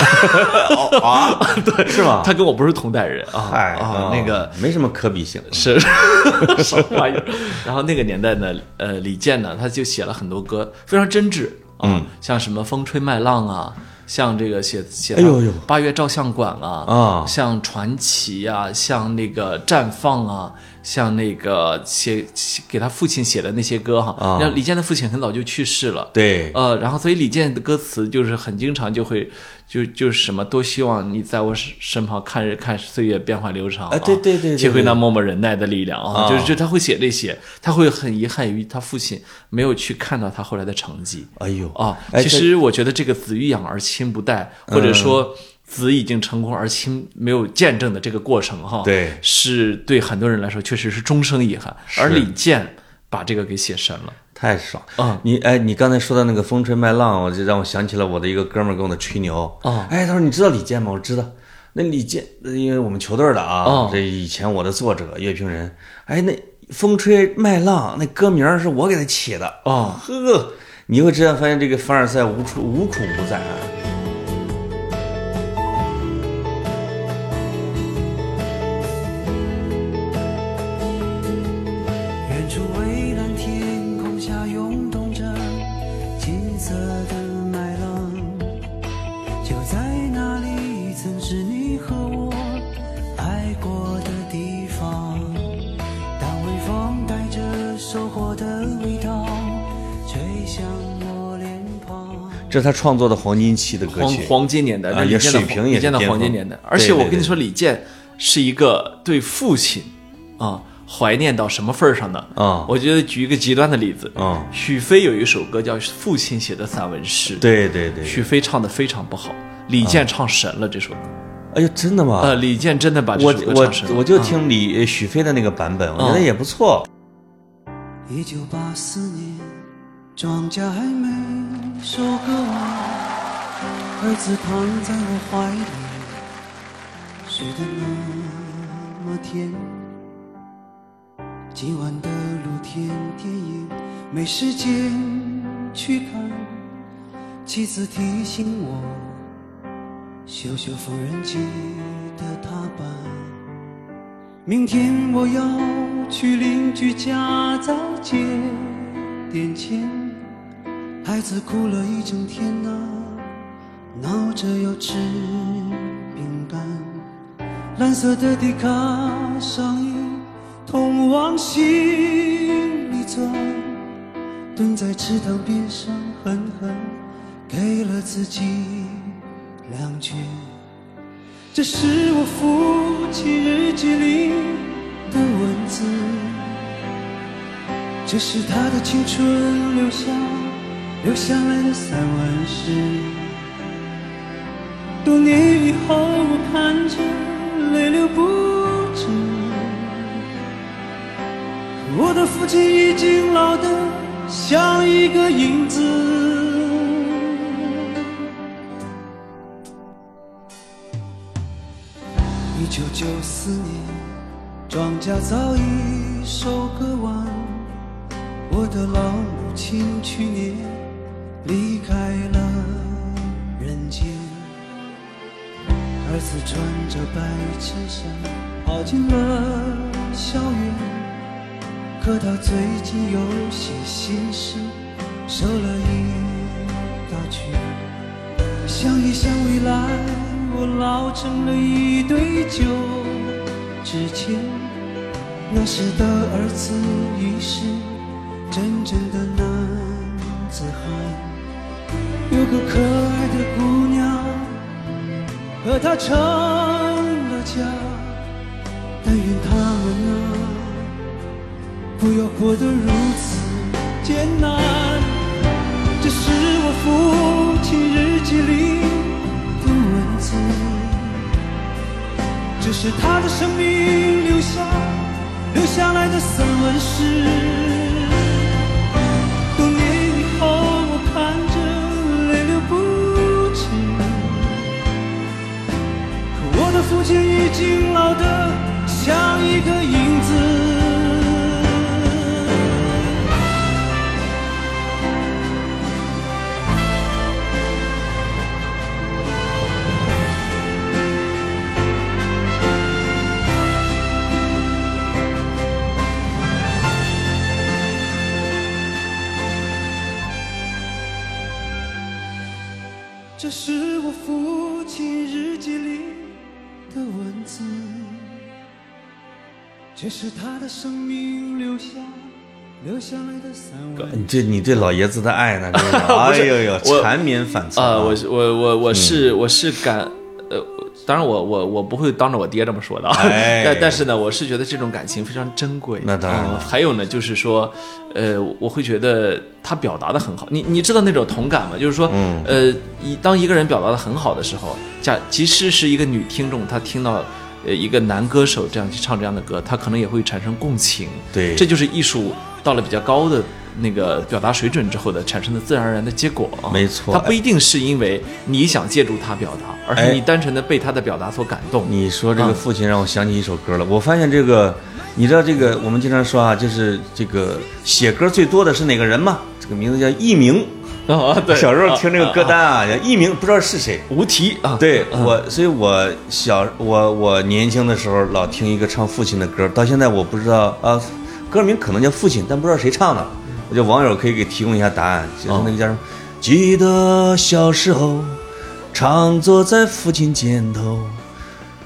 S2: 啊，对，是吧？
S1: 他跟我不是同代人啊
S2: 嗨嗯
S1: 啊，那个。
S2: 没什么可比性。
S1: 是 什么玩意儿？然后那个年代呢，呃，李健呢，他就写了很多歌，非常真挚啊，
S2: 嗯
S1: 像什么《风吹麦浪》啊，像这个写写
S2: 哎呦呦
S1: 八月照相馆》啊，
S2: 啊
S1: 像《传奇》啊，像那个《绽放》啊，像那个写写给他父亲写的那些歌哈、
S2: 啊
S1: 然后李健的父亲很早就去世了，
S2: 对，
S1: 呃，然后所以李健的歌词就是很经常就会就就是什么多希望你在我身身旁看日看岁月变化流长
S2: 哎对对对对对
S1: 体会那默默忍耐的力量啊，
S2: 啊
S1: 就是就他会写这些，他会很遗憾于他父亲没有去看到他后来的成绩
S2: 哎呦
S1: 啊。
S2: 哎嗯
S1: 其实我觉得这个子欲养而亲不待，或者说。子已经成功而亲没有见证的这个过程，哈，
S2: 对
S1: 是对很多人来说确实是终生遗憾。而李健把这个给写深了，
S2: 太爽
S1: 啊
S2: 你哎，你刚才说到那个风吹麦浪，我就让我想起了我的一个哥们儿跟我的吹牛
S1: 啊
S2: 哎，他说你知道李健吗？我知道。那李健，呃因为我们球队的啊，
S1: 哦
S2: 这以前我的作者乐评人，哎，那风吹麦浪那歌名儿是我给他起的
S1: 哦
S2: 呵，你会知道发现这个凡尔赛无处无孔不在啊。
S5: 远处蔚蓝天空下涌动着金色的麦浪，就在那里曾是你和我爱过的地方。当微风带着收获的味道吹向我脸庞。
S2: 这是他创作的黄金期的歌
S1: 黄
S2: 曲，
S1: 黄金年代，
S2: 啊
S1: 那李
S2: 也
S1: 健的
S2: 水平
S1: 黄
S2: 也
S1: 李健的
S2: 是巅
S1: 黄金
S2: 峰
S1: 年代。而且我
S2: 对
S1: 跟
S2: 对
S1: 你
S2: 对
S1: 说，李健是一个对父亲啊怀念到什么份儿上呢？
S2: 啊
S1: 我觉得举一个极端的例子
S2: 啊
S1: 许飞有一首歌叫《父亲写的散文诗》，，
S2: 对啊对对，
S1: 许飞唱的非常不好，李健唱神了这首歌。
S2: 哎呦，真的吗？
S1: 呃，李健真的把这
S2: 我
S1: 首歌
S2: 我
S1: 唱神了。
S2: 我就
S1: 啊
S2: 听李呃许飞的那个版本，我觉得
S1: 嗯
S2: 也不错。
S5: 一九八四年，庄稼还没收割完，儿子躺在我怀里，睡得那么甜。今晚的露天电影没时间去看，妻子提醒我，嗅嗅缝纫机的踏板。明天我要去邻居家再借点钱，孩子哭了一整天呐、闹着要吃饼干。蓝色的迪卡上衣通往心里钻，蹲在池塘边上狠狠给了自己两拳。这是我父亲日记里的文字，这是他的青春留下留下来的散文诗。多年以后，我看着泪流不止。我的父亲已经老得像一个影子。一九九四年，庄稼早已收割完，我的老母亲去年离开了人间。儿子穿着白衬衫跑进了校园，可他最近有些心事，瘦了一大圈。想一想未来，我老成了一堆旧纸钱，那时的儿子已是真正的男子汉，有个可爱的姑娘。和他成了家。但愿他们啊，不要过得如此艰难。这是我父亲日记里的文字，这是他的生命留下留下来的散文诗。多年以后，我看着泪流不止。可我的父亲已经老得像一个影子。这是我父亲日记里的文字，这是他的生命留下留下来的散文。
S2: 你这你对老爷子的爱呢？真的哎呦呦，
S1: 我
S2: 缠绵反侧
S1: 啊、我是我我
S2: 嗯
S1: 我是、我是感呃，当然我我我不会当着我爹这么说的，啊
S2: 哎，
S1: 但但是呢，我是觉得这种感情非常珍贵。
S2: 那当然了
S1: 嗯还有呢，就是说，呃，我会觉得他表达的很好。你你知道那种同感吗？就是说，
S2: 嗯
S1: 呃，一当一个人表达的很好的时候，假即使是一个女听众，她听到。呃，一个男歌手这样去唱这样的歌，她可能也会产生共情。
S2: 对
S1: 这就是艺术到了比较高的那个表达水准之后的产生的自然而然的结果。啊
S2: 没错
S1: 它不一定是因为你想借助他表达，而
S2: 哎
S1: 是你单纯的被他的表达所感动。
S2: 你说这个
S1: 嗯
S2: 父亲让我想起一首歌了。我发现这个，你知道这个，我们经常说啊，就是这个写歌最多的是哪个人吗？这个名字叫佚名。
S1: 啊， 对，
S2: 小时候听这个歌单
S1: 啊，
S2: 啊，叫佚名不知道是谁。
S1: 无题啊，
S2: 对我，所以我小我我年轻的时候老听一个唱父亲的歌，到现在我不知道啊，歌名可能叫父亲，但不知道谁唱的。我觉得网友可以给提供一下答案，就是那个叫什么？记得小时候，常坐在父亲肩头，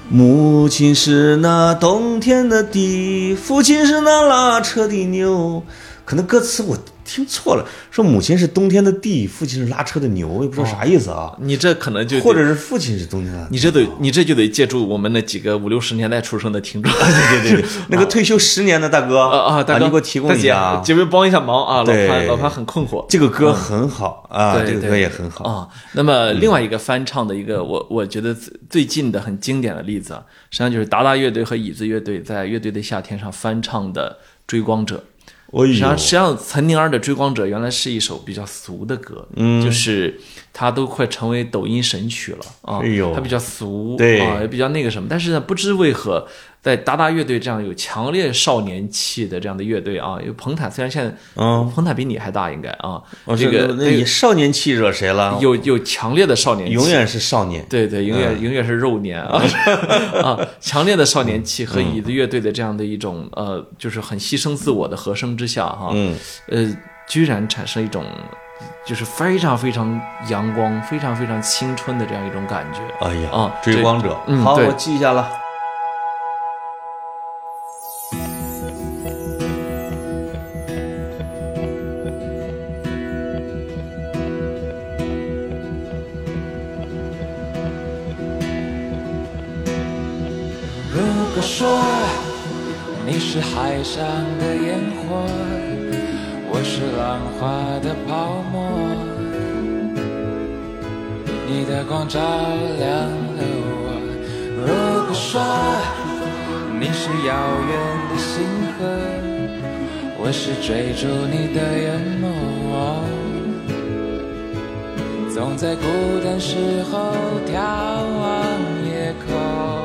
S2: 母亲是那冬天的地，父亲是那拉车的牛。可能歌词我听错了，说母亲是冬天的地，父亲是拉车的牛，我也不知道啥意思啊。
S1: 你这可能就得
S2: 或者是父亲是冬天的，
S1: 你这得你这就得借助我们那几个五六十年代出生的听众，对
S2: 对对 对，那个退休十年的大哥
S1: 啊啊，大哥，
S2: 你给我提供
S1: 大
S2: 一
S1: 姐
S2: 下啊，
S1: 姐妹帮一下忙啊，老
S2: 对
S1: 潘老潘很困惑，嗯
S2: 这个歌很好啊，
S1: 对
S2: 这个歌
S1: 对
S2: 也很好，嗯
S1: 啊、那么另外一个翻唱的一个，我我觉得最最近的很经典的例子，啊，实际上就是达达乐队和椅子乐队在《乐队的夏天》上翻唱的《追光者》。
S2: 哎
S1: 实际上，实
S2: 呦，
S1: 际上岑宁儿的《追光者》原来是一首比较俗的歌，嗯，就是它都快成为抖音神曲了啊
S2: 哎呦！
S1: 它比较俗，
S2: 对
S1: 啊，也比较那个什么。但是呢，不知为何，在达达乐队这样有强烈少年气的这样的乐队啊，因为彭坦虽然现在，
S2: 嗯
S1: 彭坦比你还大应该啊，
S2: 哦
S1: 这个
S2: 那
S1: 那
S2: 你少年气惹谁了？
S1: 有有强烈的少年气，
S2: 永远是嗯少年。
S1: 对对，永远永远是肉年 啊啊！强烈的少年气和
S2: 嗯
S1: 椅子乐队的这样的一种呃，就是很牺牲自我的和声之下哈，
S2: 嗯，
S1: 呃，居然产生一种就是非常非常阳光、非常非常青春的这样一种感觉。
S2: 哎呀，
S1: 啊
S2: 追光者，
S1: 这嗯
S2: 好，
S1: 对
S2: 我记一下了。
S5: 如果说你是海上的烟火，我是浪花的泡沫，你的光照亮了我。如果说你是遥远的星河，我是追逐你的眼眸。总在孤单时候眺望夜空。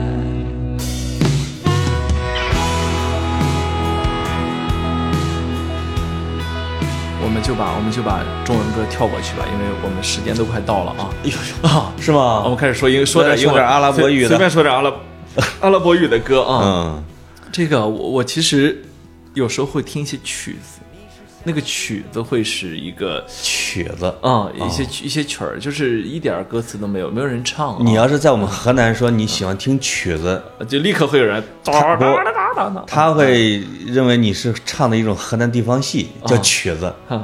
S1: 我们就把我们就把中文歌跳过去吧，因为我们时间都快到了啊！哎呦呦啊！
S2: 是吗
S1: 我们开始说英，说点
S2: 说
S1: 英文
S2: 点阿拉伯
S1: 随
S2: 语的
S1: 随便说点阿 拉阿拉伯语的歌啊。
S2: 嗯，
S1: 这个我我其实有时候会听一些曲子，那个曲子会是一个
S2: 曲子。
S1: 啊、一
S2: 哦
S1: 些曲一些曲儿，就是一点儿歌词都没有，没有人唱、啊，
S2: 你要是在我们河南说你喜欢听曲子，
S1: 就立刻会有人哒哒哒哒哒哒，
S2: 他会认为你是唱的一种河南地方戏，叫曲子。
S1: 啊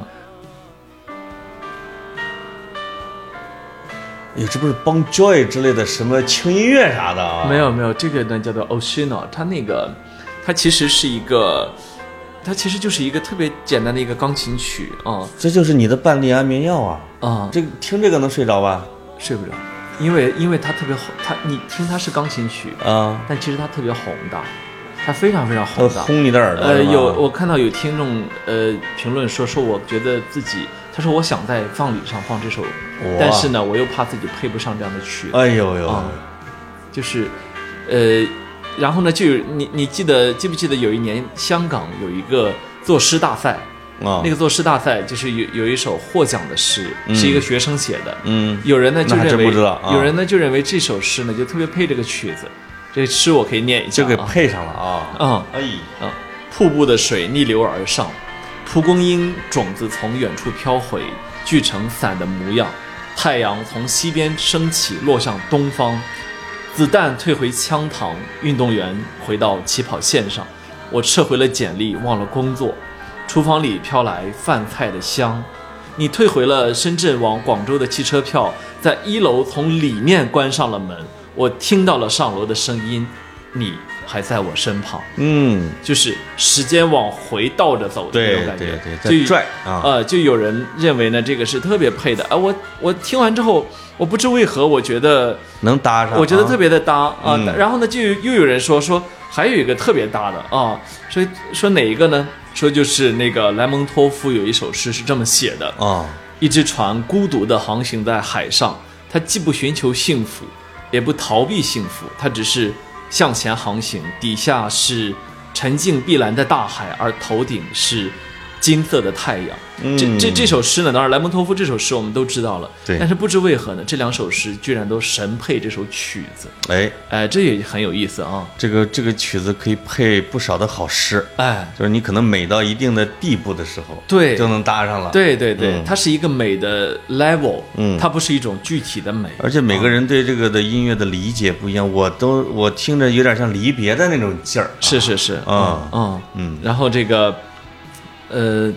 S2: 哎呦，这不是帮 Joy 之类的什么轻音乐啥的啊？
S1: 没有没有，这个呢叫做 Oshino，它那个它其实是一个，它其实就是一个特别简单的一个钢琴曲啊
S2: 这就是你的半粒安眠药啊！
S1: 啊，
S2: 这个听这个能睡着吧？
S1: 睡不着，因为因为它特别宏，它你听它是钢琴曲，
S2: 啊，
S1: 但其实它特别宏大，它非常非常
S2: 它
S1: 宏大，
S2: 轰你的耳朵。
S1: 呃，
S2: 是吧
S1: 有我看到有听众呃评论说说，我觉得自己，他说我想在葬礼上放这首，但是呢，我又怕自己配不上这样的曲，
S2: 哎呦呦，
S1: 啊就是，呃，然后呢，就有你你记得记不记得有一年香港有一个作诗大赛，
S2: 啊，
S1: 那个作诗大赛就是有有一首获奖的诗，是一个学生写的，
S2: 嗯，
S1: 有人呢就
S2: 那还
S1: 认
S2: 真
S1: 为，
S2: 不知道啊
S1: 有人呢就认为这首诗呢就特别配这个曲子，这诗我可以念一下、
S2: 就
S1: 啊，
S2: 给配上了啊！
S1: 啊。
S2: 哎，
S1: 啊，瀑布的水逆流而上，蒲公英种子从远处飘回，聚成伞的模样。太阳从西边升起，落向东方。子弹退回枪膛，运动员回到起跑线上。我撤回了简历，忘了工作。厨房里飘来饭菜的香。你退回了深圳往广州的汽车票，在一楼从里面关上了门。我听到了上楼的声音，你还在我身旁。
S2: 嗯，
S1: 就是时间往回倒着走的那种
S2: 对
S1: 感觉，
S2: 对
S1: 就
S2: 对在拽啊
S1: 呃，就有人认为呢，这个是特别配的。哎、我我听完之后，我不知为何，我觉得
S2: 能搭上啊，
S1: 我觉得特别的搭啊、
S2: 嗯
S1: 然后呢，就又有人说说还有一个特别搭的啊，说说哪一个呢？说就是那个莱蒙托夫有一首诗是这么写的：
S2: 啊，
S1: 一只船孤独地航行在海上，它既不寻求幸福，也不逃避幸福，它只是向前航行。底下是沉静碧蓝的大海，而头顶是金色的太阳。
S2: 嗯
S1: 这这这首诗呢，当然莱蒙托夫这首诗我们都知道了，
S2: 对
S1: 但是不知为何呢，这两首诗居然都神配这首曲子，
S2: 哎，
S1: 哎，这也很有意思啊，
S2: 这个这个曲子可以配不少的好诗，
S1: 哎。
S2: 就是你可能美到一定的地步的时候，
S1: 对
S2: 就能搭上了。，
S1: 对对对，
S2: 嗯
S1: 它是一个美的 level，
S2: 嗯
S1: 它不是一种具体的美，
S2: 而且每个人对这个的音乐的理解不一样，我都我听着有点像离别的那种劲儿。
S1: 是是是，
S2: 啊
S1: 嗯
S2: 嗯
S1: 然后这个，呃，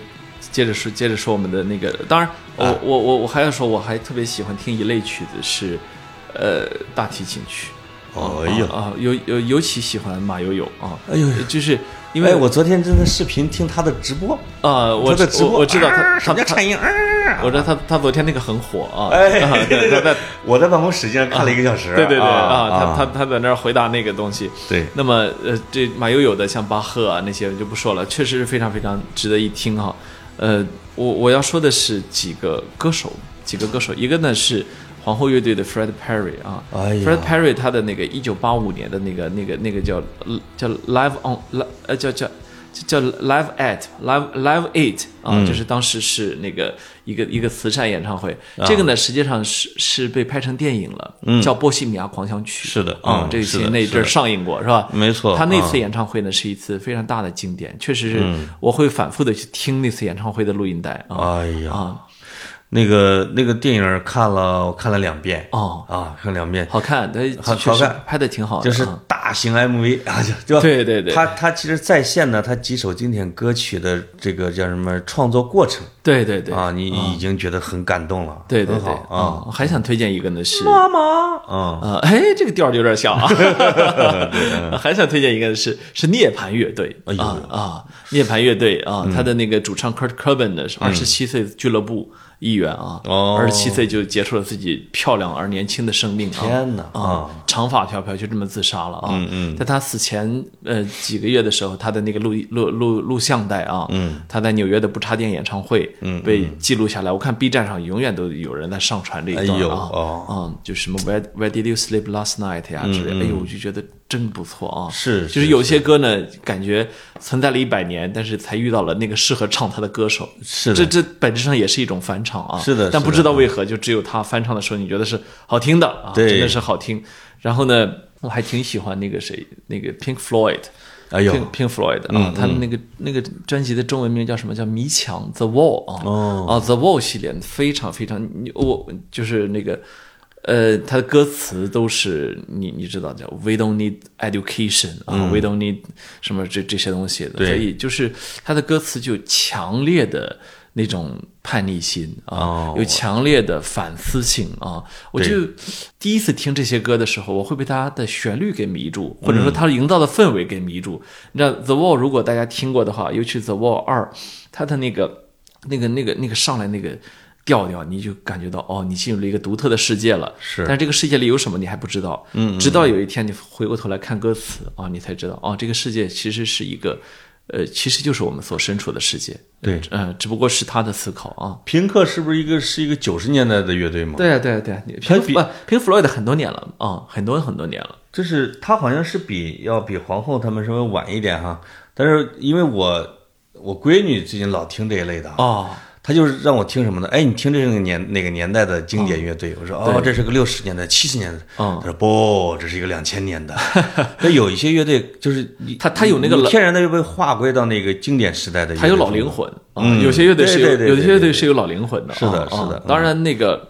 S1: 接着说，接着说我们的那个，当然，
S2: 啊
S1: 我我我我还要说，我还特别喜欢听一类曲子是，呃，大提琴曲。
S2: 哦哎呦
S1: 啊，啊尤尤尤其喜欢马友友啊，
S2: 哎呦
S1: 就是因
S2: 因
S1: 为
S2: 哎为我昨天正在视频听他的直播，
S1: 啊，我
S2: 他
S1: 知
S2: 的直
S1: 我
S2: 播
S1: 我知道
S2: 啊
S1: 他
S2: 什
S1: 他
S2: 么叫颤
S1: 他，
S2: 音？啊
S1: 我知道他他昨天那个很火啊，
S2: 哎
S1: 啊，对 他在
S2: 我在办公室竟然看了一个小时，
S1: 对对对
S2: 啊
S1: 啊，他他他在那儿回答那个东西。
S2: 对
S1: 那么呃，这马友友的像巴赫啊那些就不说了，确实是非常非常值得一听哈。呃，我我要说的是几个歌手，几个歌手，一个呢是皇后乐队的 Fred Perry 啊、
S2: 哎呀
S1: f r e d Perry 他的那个一九八五年的那个那个那个叫叫 Live on 呃叫叫。叫叫 Live at Live Live Eight 啊，
S2: 嗯
S1: 就是当时是那个一个一个慈善演唱会，
S2: 啊
S1: 这个呢实际上是是被拍成电影了，叫《波西米亚狂想曲》。
S2: 嗯是的
S1: 啊
S2: 嗯，
S1: 这个
S2: 是
S1: 其实
S2: 的
S1: 那
S2: 是
S1: 阵儿
S2: 的
S1: 上映过是吧？
S2: 没错
S1: 他那次
S2: 嗯
S1: 演唱会呢是一次非常大的经典，确实是我会反复的去听那次演唱会的录音带啊
S2: 哎呀，
S1: 啊
S2: 那个那个电影看了我看了两遍，
S1: 哦，
S2: 啊，看了两遍，
S1: 好看，他
S2: 好
S1: 确实
S2: 好看
S1: 拍的挺好的，
S2: 就是
S1: 啊
S2: 大型 MV 啊，就对吧？
S1: 对对对
S2: 他他其实在线呢，他几首经典歌曲的这个叫什么创作过程
S1: 对对对
S2: 啊，你已经觉得很感动了，
S1: 对对
S2: 很
S1: 对
S2: 好
S1: 啊
S2: 啊，，
S1: 我还想推荐一个呢是
S2: 嗯，
S1: 啊，哎，这个调儿有点 像啊， 还想推荐一个是是涅槃乐队
S2: 哎呦嗯
S1: 啊啊，涅槃乐队啊，他的那个主唱 Kurt Cobain 呢是二十七岁俱乐部一员啊，
S2: 哦
S1: 二十七岁就结束了自己漂亮而年轻的生命啊，
S2: 天哪
S1: 啊
S2: 啊，
S1: 长发飘飘就这么自杀了啊，嗯嗯，在他死前呃几个月的时候，他的那个录录录录像带啊，嗯，他在纽约的不插电演唱会，嗯，被记录下来，我看 B 站上永远都有人在上传这一段
S2: 哎呦
S1: 啊，
S2: 哦
S1: 嗯，就什么 Where Where did you sleep last night 呀之类的，哎呦，我就觉得真不错啊。
S2: 嗯是
S1: 就是
S2: 是
S1: 有些歌呢，感觉存在了一百年，但是才遇到了那个适合唱它的歌手。
S2: 是的
S1: 这这本质上也是一种翻唱啊。
S2: 是的
S1: 但
S2: 是
S1: 不
S2: 的
S1: 知道为何，就只有他翻唱的时候，你觉得是好听的啊，
S2: 对
S1: 真的是好听。然后呢，我还挺喜欢那个谁，那个 Pink Floyd。
S2: 哎呦
S1: Pink Pink Floyd 啊，
S2: 嗯
S1: 他们那个那个专辑的中文名叫什么？叫《迷墙》The Wall 啊，
S2: 哦
S1: 啊，The Wall 系列非常非常，你我就是那个，呃，它的歌词都是你你知道叫 We don't need education 啊、w e don't need 什么这这些东西的，
S2: 嗯对
S1: 所以就是它的歌词就有强烈的那种叛逆心啊，
S2: 哦
S1: 有强烈的反思性啊。我就第一次听这些歌的时候，我会被它的旋律给迷住，或者说它营造的氛围给迷住。你知道 The Wall 如果大家听过的话，尤其 The Wall 二，它的那个那个那个那个上来那个。调调，你就感觉到哦，你进入了一个独特的世界了。
S2: 是
S1: 但这个世界里有什么你还不知道。嗯直到有一天你回过头来看歌词啊、你才知道哦，这个世界其实是一个，呃，其实就是我们所身处的世界。
S2: 对
S1: 呃，只不过是他的思考啊。
S2: 平克是不是一个是一个九十年代的乐队吗？，
S1: 对啊，对啊，对啊，你
S2: 他
S1: 平
S2: 比
S1: 不平 Floyd 很多年了啊，很多很多年了。
S2: 就是他好像是比要比皇后他们稍微晚一点哈，但是因为我我闺女最近老听这一类的啊，
S1: 哦，
S2: 他就是让我听什么呢？哎，你听这个年哪个年代的经典乐队？我说哦，
S1: 对
S2: 这是个六十年代、七十年代。
S1: 嗯
S2: 他说不，这是一个两 千年的。那有一些乐队就是你
S1: 他他有那个
S2: 你
S1: 老
S2: 天然的就被划归到那个经典时代的乐队
S1: 他有
S2: 中
S1: 老灵。魂啊，
S2: 嗯
S1: 有些乐队是有
S2: 对对
S1: 有
S2: 对
S1: 些乐队
S2: 对对
S1: 是有老灵魂的啊。
S2: 是的
S1: 啊
S2: 是的
S1: 当然，那个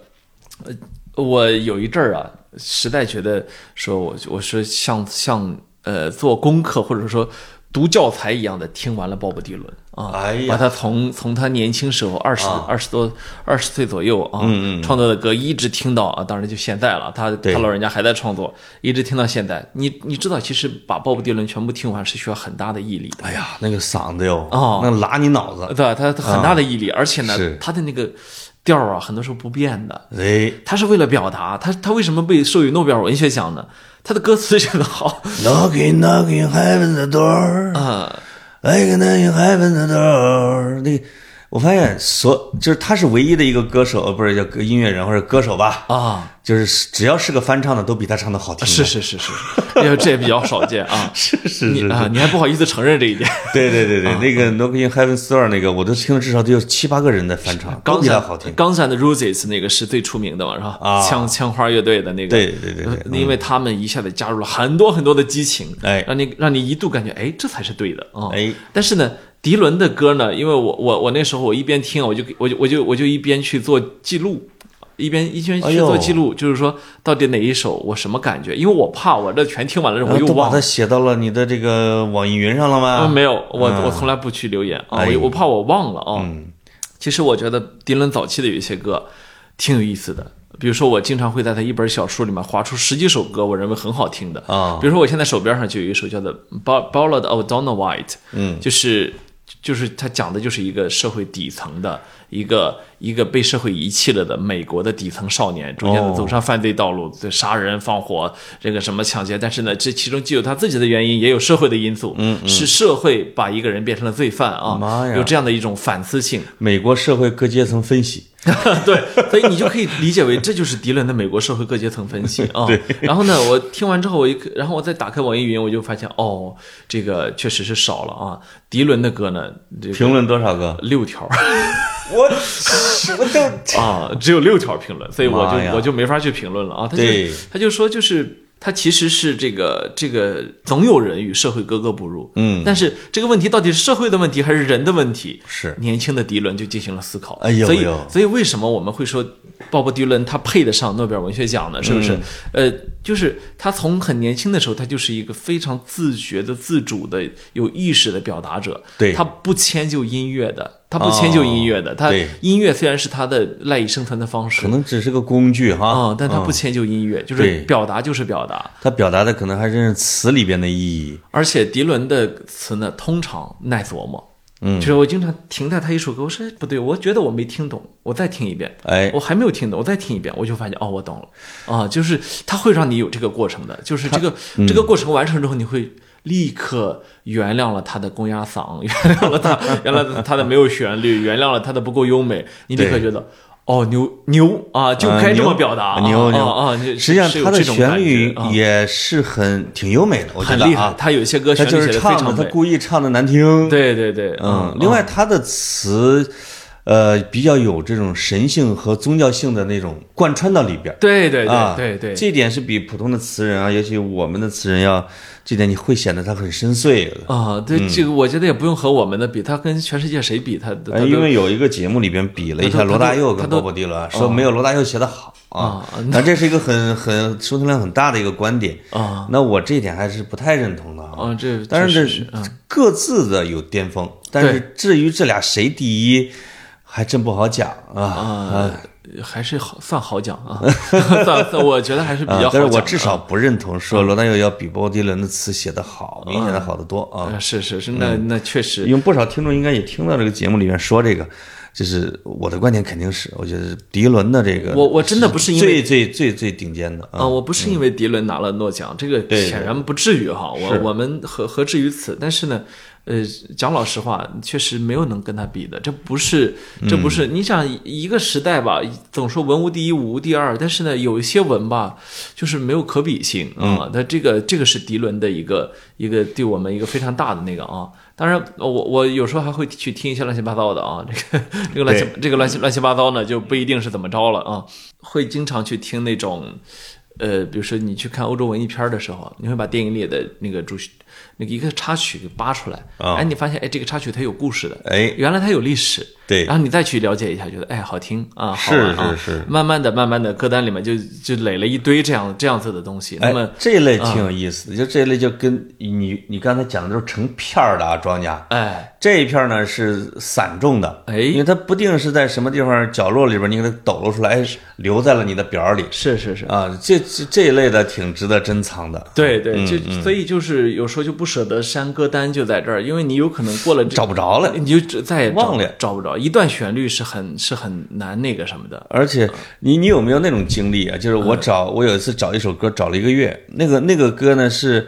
S1: 呃，我有一阵儿啊，实在觉得说我我是像像呃做功课或者说。读教材一样的听完了鲍勃迪伦啊，
S2: 哎呀
S1: 把他从从他年轻时候二十
S2: 啊嗯
S1: 二十多二十岁左右啊，创作的歌一直听到啊，当然就现在了，他
S2: 对
S1: 他老人家还在创作，一直听到现在。你你知道，其实把鲍勃迪伦全部听完是需要很大的毅力的。
S2: 哎呀，那个嗓子哟，
S1: 哦
S2: 那拉你脑子。
S1: 对，它很大的毅力，而且呢
S2: 啊是，
S1: 它的那个调儿啊，很多时候不变的。
S2: 哎，
S1: 它是为了表达，它它为什么被授予诺贝尔文学奖呢？它的歌词写得好，
S2: Knocking, knocking, heaven the door.
S1: 啊，
S2: I can knocking heaven the door. 那个，我发现所就是他是唯一的一个歌手，呃，不是叫歌音乐人或者歌手吧？
S1: 啊，
S2: 就是只要是个翻唱的，都比他唱的好听。
S1: 是，是是是，因为这也比较少见啊。
S2: 是是
S1: 你
S2: 是
S1: 啊，
S2: 是，
S1: 你还不好意思承认这一 点。
S2: 对对
S1: 啊
S2: 对对，那个《Knocking on Heaven's Door》那个，我都听了至少得有七八个人在翻唱，都
S1: 刚
S2: 比
S1: 才
S2: 他好听。
S1: 刚才的 Roses 那个是最出名的嘛，是吧？
S2: 啊
S1: 枪枪花乐队的那个，
S2: 对对对对
S1: 呃因为他们一下子加入了很多很多的激情，
S2: 哎
S1: 让你让你一度感觉，哎，这才是对的啊，
S2: 哎，
S1: 但是呢。迪伦的歌呢，因为我我我那时候我一边听，我就我就我就我就一边去做记录，一边一边
S2: 哎
S1: 去
S2: 呦
S1: 做记录，就是说到底哪一首我什么感觉，因为我怕我这全听完了
S2: 然
S1: 我
S2: 后
S1: 又
S2: 啊都把
S1: 忘了
S2: 它。写到了你的这个网易云上了吗？
S1: 嗯，没有，我、
S2: 嗯
S1: 我从来不去留言啊，
S2: 哎
S1: 我我怕我忘了啊。其实我觉得迪伦早期的有一些歌挺有意思的，比如说我经常会在他一本小书里面划出十几首歌，我认为很好听的
S2: 啊
S1: 比如说我现在手边上就有一首叫做《Ball- Ballad of Donna White》，
S2: 嗯
S1: 就是就是他讲的就是一个社会底层的一个一个被社会遗弃了的美国的底层少年，逐渐
S2: 哦
S1: 的走上犯罪道路，对杀人放火，这个什么抢劫，但是呢，这其中既有他自己的原因，也有社会的因素，嗯，是社会把一个人变成了罪犯啊，
S2: 妈呀
S1: 有这样的一种反思性，
S2: 美国社会各阶层分析，
S1: 对，所以你就可以理解为这就是迪伦的美国社会各阶层分析啊。 然后呢，我听完之后，我一然后我再打开网易云，我就发现哦，这个确实是少了啊。迪伦的歌呢，这个
S2: 评论多少个？
S1: 六条
S2: 我我都
S1: 啊，只有六条评论，所以我
S2: 妈呀
S1: 就我就没法去评论了啊。他就
S2: 对
S1: 他就说就是。他其实是这个这个，总有人与社会格格不入，
S2: 嗯
S1: 但是这个问题到底是社会的问题还是人的问题？
S2: 是
S1: 年轻的迪伦就进行了思考，
S2: 哎呦
S1: 所以
S2: 呦
S1: 所以为什么我们会说鲍勃迪伦他配得上诺贝尔文学奖
S2: 嗯
S1: 呢？是不是？呃，就是他从很年轻的时候，他就是一个非常自觉的、自主的、有意识的表达者。
S2: 对哦
S1: 他不迁就音乐的，他不迁就音乐的。他
S2: 对
S1: 音乐虽然是他的赖以生存的方式
S2: 可，能只是个工具哈嗯
S1: 啊、，但他不迁就音乐，就是
S2: 对
S1: 表达就是表达。
S2: 他表达的可能还真是词里边的意义。
S1: 而且迪伦的词呢，通常耐琢磨。
S2: 嗯
S1: 就是我经常停在他一首歌，我说哎不对，我觉得我没听懂，我再听一遍。
S2: 哎
S1: 我还没有听懂，我再听一遍，我就发现哦，我懂了啊，就是它会让你有这个过程的，就是这个、这
S2: 嗯
S1: 个过程完成之后，你会立刻原谅了他的公鸭嗓，原谅了他原谅他的没有旋律，原谅了他的不够优美，你立刻
S2: 对
S1: 觉得。哦，牛牛啊，就该这么表达，
S2: 啊牛
S1: 啊
S2: 牛
S1: 啊！你
S2: 实际上
S1: 是有
S2: 他的
S1: 这种
S2: 旋
S1: 感
S2: 律
S1: 觉啊
S2: 也是很挺优美的，我觉
S1: 很
S2: 得
S1: 厉害
S2: 啊，，
S1: 他有一些歌
S2: 他
S1: 旋律
S2: 就
S1: 写
S2: 是
S1: 的非
S2: 唱
S1: 常
S2: 的，
S1: 美
S2: 他。故意唱的难听。，
S1: 对啊对对，
S2: 嗯，另外他的词，呃，比较有这种神性和宗教性的那种贯穿到里边儿。
S1: 对对
S2: 啊
S1: 对，对对，
S2: 这一点是比普通的词人啊，尤其我们的词人要，这点你会显得他很深邃。
S1: 啊，
S2: 嗯
S1: 对这个我觉得也不用和我们的比，他跟全世界谁比，他他
S2: 呃
S1: 都
S2: 因为有一个节目里边比了一下
S1: 他都
S2: 罗大佑
S1: 他
S2: 跟
S1: 都哦
S2: 鲍勃迪伦，说没有罗大佑写的好啊
S1: 啊，
S2: 但这是一个很很收听量很大的一个观点。
S1: 啊
S2: 那我这一点还是不太认同的
S1: 啊，这
S2: 但
S1: 确实
S2: 是
S1: 是
S2: 这
S1: 啊
S2: 各自的有巅峰，但是至于这俩谁第一，还真不好讲啊
S1: 啊，还是好算好讲啊， 算算我觉得还是比
S2: 啊
S1: 较好
S2: 但
S1: 讲嗯
S2: 是
S1: 的。
S2: 我至少不认同说罗大佑要比鲍勃迪伦的词写得好，明显的好得多
S1: 啊
S2: 啊。
S1: 是是是，那那确
S2: 因
S1: 实
S2: 为不少听众应该也听到这个节目里面说这个，就是我的观点肯定是，我觉得迪伦的这个，
S1: 我我真的不是因为
S2: 最最最最顶尖的嗯
S1: 啊，我不是因为迪伦拿了诺奖，这个
S2: 对
S1: 显然不至于哈，我
S2: 是
S1: 我们何何至于此？但是呢，呃，讲老实话，确实没有能跟他比的，这不是这不
S2: 嗯
S1: 是，你想一个时代吧，总说文无第一，武无第二，但是呢，有一些文吧，就是没有可比性啊。
S2: 嗯
S1: 那、这个这个是迪伦的一个一个对我们一个非常大的那个啊。当然，我我有时候还会去听一些乱七八糟的啊，这个这个乱七这个乱七乱七八糟呢，就不一定是怎么着了啊。会经常去听那种，呃，比如说你去看欧洲文艺片儿的时候，你会把电影里的那个主那个一个插曲给扒出来，
S2: 啊
S1: 哎，你发现哎这个插曲它有故事的，
S2: 哎
S1: 原来它有历史，
S2: 对
S1: 然后你再去了解一下，觉得哎好听啊，好
S2: 是
S1: 玩啊
S2: 是是
S1: 慢慢的慢慢的歌单里面就就垒了一堆这样这样子的东西，那
S2: 哎
S1: 么、，啊
S2: 这一类挺有意思的，就这一类就跟你你刚才讲的都是成片儿的啊，庄家。
S1: 哎
S2: 这一片儿呢是散种的，
S1: 哎
S2: 因为它不定是在什么地方角落里边，你给它抖搂出来，哎，留在了你的表儿里
S1: 是是是。
S2: 啊。这这这一类的挺值得珍藏的，嗯
S1: 对对，就所以就是有时候就不舍得删歌单，就在这儿，因为你有可能过了这
S2: 找不着了。
S1: 你就只再也找
S2: 忘了
S1: 找不着一段旋律是很是很难那个什么的，
S2: 而且你你有没有那种经历啊？就是我找我有一次找一首歌找了一个月，那个那个歌呢是，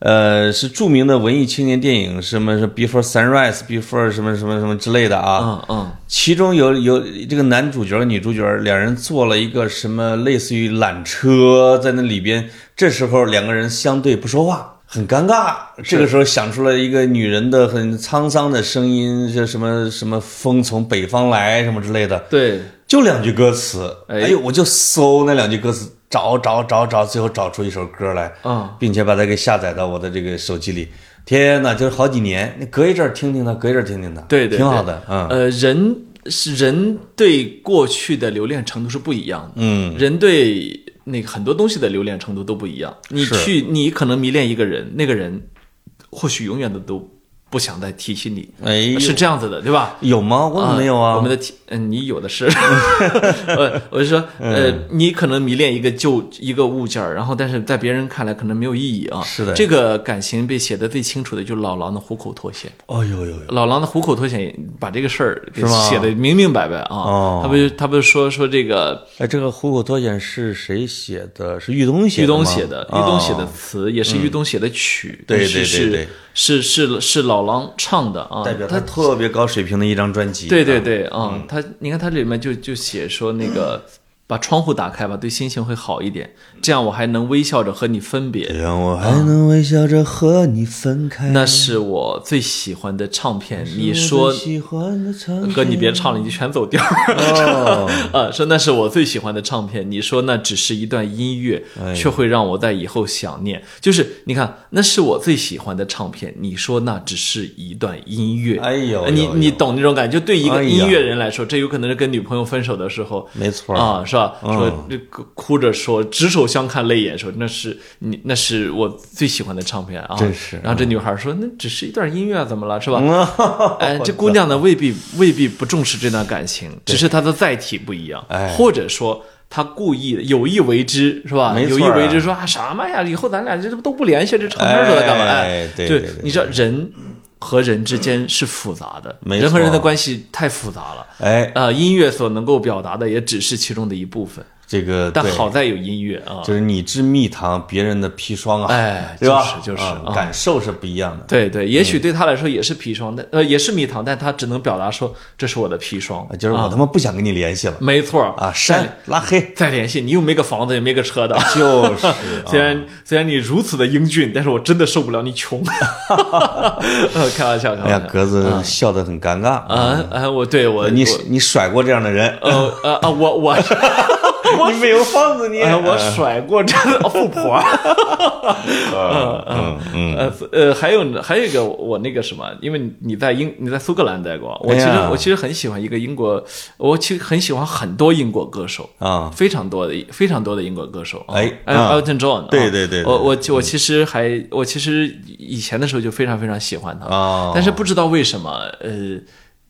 S2: 呃是著名的文艺青年电影什么什么 Before Sunrise Before 什么什么什么之类的啊，
S1: 嗯嗯，
S2: 其中有有这个男主角、女主角两人坐了一个什么类似于缆车，在那里边，这时候两个人相对不说话，很尴尬。这个时候响出了一个女人的很沧桑的声音，这什么什么风从北方来什么之类的，
S1: 对，
S2: 就两句歌词。
S1: 哎
S2: 哎呦，我就搜那两句歌词，找找找找，最后找出一首歌来，
S1: 嗯
S2: 并且把它给下载到我的这个手机里。天哪，就是好几年，你隔一阵儿听听它，隔一阵儿听听它，
S1: 对对，
S2: 挺好
S1: 对
S2: 的，嗯。
S1: 呃，人是人对过去的留恋程度是不一样的，
S2: 嗯，
S1: 人对那个很多东西的留恋程度都不一样。你
S2: 是
S1: 去，你可能迷恋一个人，那个人或许永远的都不想再提起你，
S2: 哎呦
S1: 是这样子的，对吧？
S2: 哎有吗？我怎么没有啊？
S1: 我们的题，嗯，你有的 是。我我是说，
S2: 嗯
S1: 呃，你可能迷恋一个旧一个物件儿，然后但是在别人看来可能没有意义啊。
S2: 是的
S1: 这个感情被写的最清楚的就是老狼的虎口脱险。
S2: 哦呦呦呦，
S1: 老狼的虎口脱险把这个事儿给
S2: 是吗
S1: 写的明明白白啊。
S2: 哦
S1: 他不就他不是说说这个
S2: 哎，这个《虎口脱险》是谁写的？是玉东写的
S1: 玉
S2: 吗
S1: 东写的，玉东写的
S2: 哦
S1: 词也是玉东写的曲，
S2: 对
S1: 但是
S2: 对对对
S1: 是是是是老狼唱的啊。
S2: 代表他特别高水平的一张专辑。
S1: 对对对，啊，
S2: 嗯
S1: 他你看他里面就就写说那个把窗户打开吧，对心情会好一点，这样我还能微笑着和你分别。
S2: 让哎 我还能 微笑着和你分开。
S1: 那是我最喜欢的唱片，你
S2: 我
S1: 说
S2: 最喜欢的唱片
S1: 哥你别唱了，你全走调儿。
S2: 哦，
S1: 啊，说那是我最喜欢的唱片。你说那只是一段音乐，
S2: 哎
S1: 却会让我在以后想念。就是你看，那是我最喜欢的唱片。你说那只是一段音乐，
S2: 哎呦
S1: 呃你
S2: 呦
S1: 你
S2: 呦
S1: 懂那种感觉？就对一
S2: 哎
S1: 个
S2: 呀
S1: 音乐人来说，这有可能是跟女朋友分手的时候，
S2: 没错儿
S1: 啊，是吧？
S2: 嗯
S1: 说这个哭着说，执手相看泪眼说，那是你，那是我最喜欢的唱片啊。
S2: 真是
S1: 然后这女孩说，那只是一段音乐啊，怎么了？是吧？
S2: 嗯
S1: 哎，这姑娘呢，未必未必不重视这段感情，只是她的载体不一样，
S2: 哎
S1: 或者说她故意的有意为之，是吧？
S2: 没错
S1: 有
S2: 啊
S1: 意为之说啊什么呀？以后咱俩这都不联系，这唱片说来干嘛？
S2: 哎对对对
S1: 你知道人和人之间是复杂的，
S2: 没错
S1: 人和人的关系太复杂了。
S2: 哎，
S1: 呃，音乐所能够表达的也只是其中的一部分，
S2: 这个
S1: 但
S2: 对
S1: 好在有音乐啊。
S2: 就是你之蜜糖，别人的砒霜啊，
S1: 哎
S2: 对吧？
S1: 就是就是
S2: 啊
S1: 啊
S2: 感受是不一样的。
S1: 对对，也
S2: 嗯
S1: 许对他来说也是砒霜，但呃也是蜜糖，但他只能表达说这是我的砒霜
S2: 啊，，就是我他妈不想跟你联系了
S1: 没错儿
S2: 啊，
S1: 但
S2: 删拉黑，
S1: 再联系，你又没个房子，也没个车的。
S2: 就是啊
S1: 虽然虽然你如此的英俊，但是我真的受不了你穷。呃开玩笑，开
S2: 哎呀
S1: 玩，笑。
S2: 格子笑得很尴尬
S1: 啊。啊！我对我
S2: 你
S1: 我
S2: 你甩过这样的人，
S1: 呃呃啊我我
S2: 你没有放子你，
S1: 哎 我甩过这样的富婆。 啊
S2: 嗯嗯，
S1: 呃呃，还有还有一个我那个什么，因为你你在英你在苏格兰待过，我其实
S2: 哎呀
S1: 我其实很喜欢一个英国，我其实很喜欢很多英国歌手
S2: 啊
S1: 非常多的非常多的英国歌手啊，
S2: 哎
S1: 哎
S2: 啊
S1: ，Elton John，啊
S2: 对对对对
S1: 我我我其实还我其实以前的时候就非常非常喜欢他
S2: 哦
S1: 啊但是不知道为什么呃，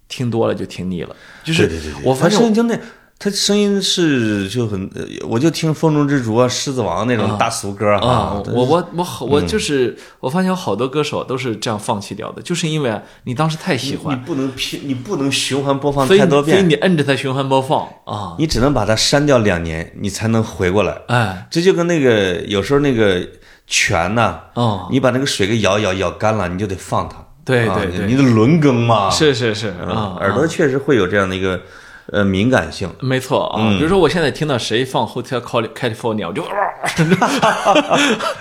S1: 听多了就听腻了，就是
S2: 对对对，
S1: 我
S2: 发
S1: 发
S2: 声音
S1: 现
S2: 就那，他声音是就很，呃我就听《风中之烛》啊，《狮子王》那种大俗歌儿
S1: 啊
S2: 哈，但，是嗯
S1: 我我我好我就是我发现有好多歌手都是这样放弃掉的，就是因为你当时太喜
S2: 你
S1: 欢。
S2: 不能拼，你不能循环播放
S1: 所以
S2: 太多
S1: 所以
S2: 遍，
S1: 你摁着它循环播放啊，
S2: 你只能把它删掉两年，你才能回过来。
S1: 哎，
S2: 这就跟那个有时候那个泉呐、
S1: 哦
S2: 你把那个水给舀舀舀干了，你就得放它。
S1: 对
S2: 啊
S1: 对对
S2: 你得轮更嘛。
S1: 是是是啊
S2: 啊，，耳朵确实会有这样的一个呃敏感性。
S1: 没错啊。
S2: 嗯
S1: 比如说我现在听到谁放 Hotel Cali- California，我就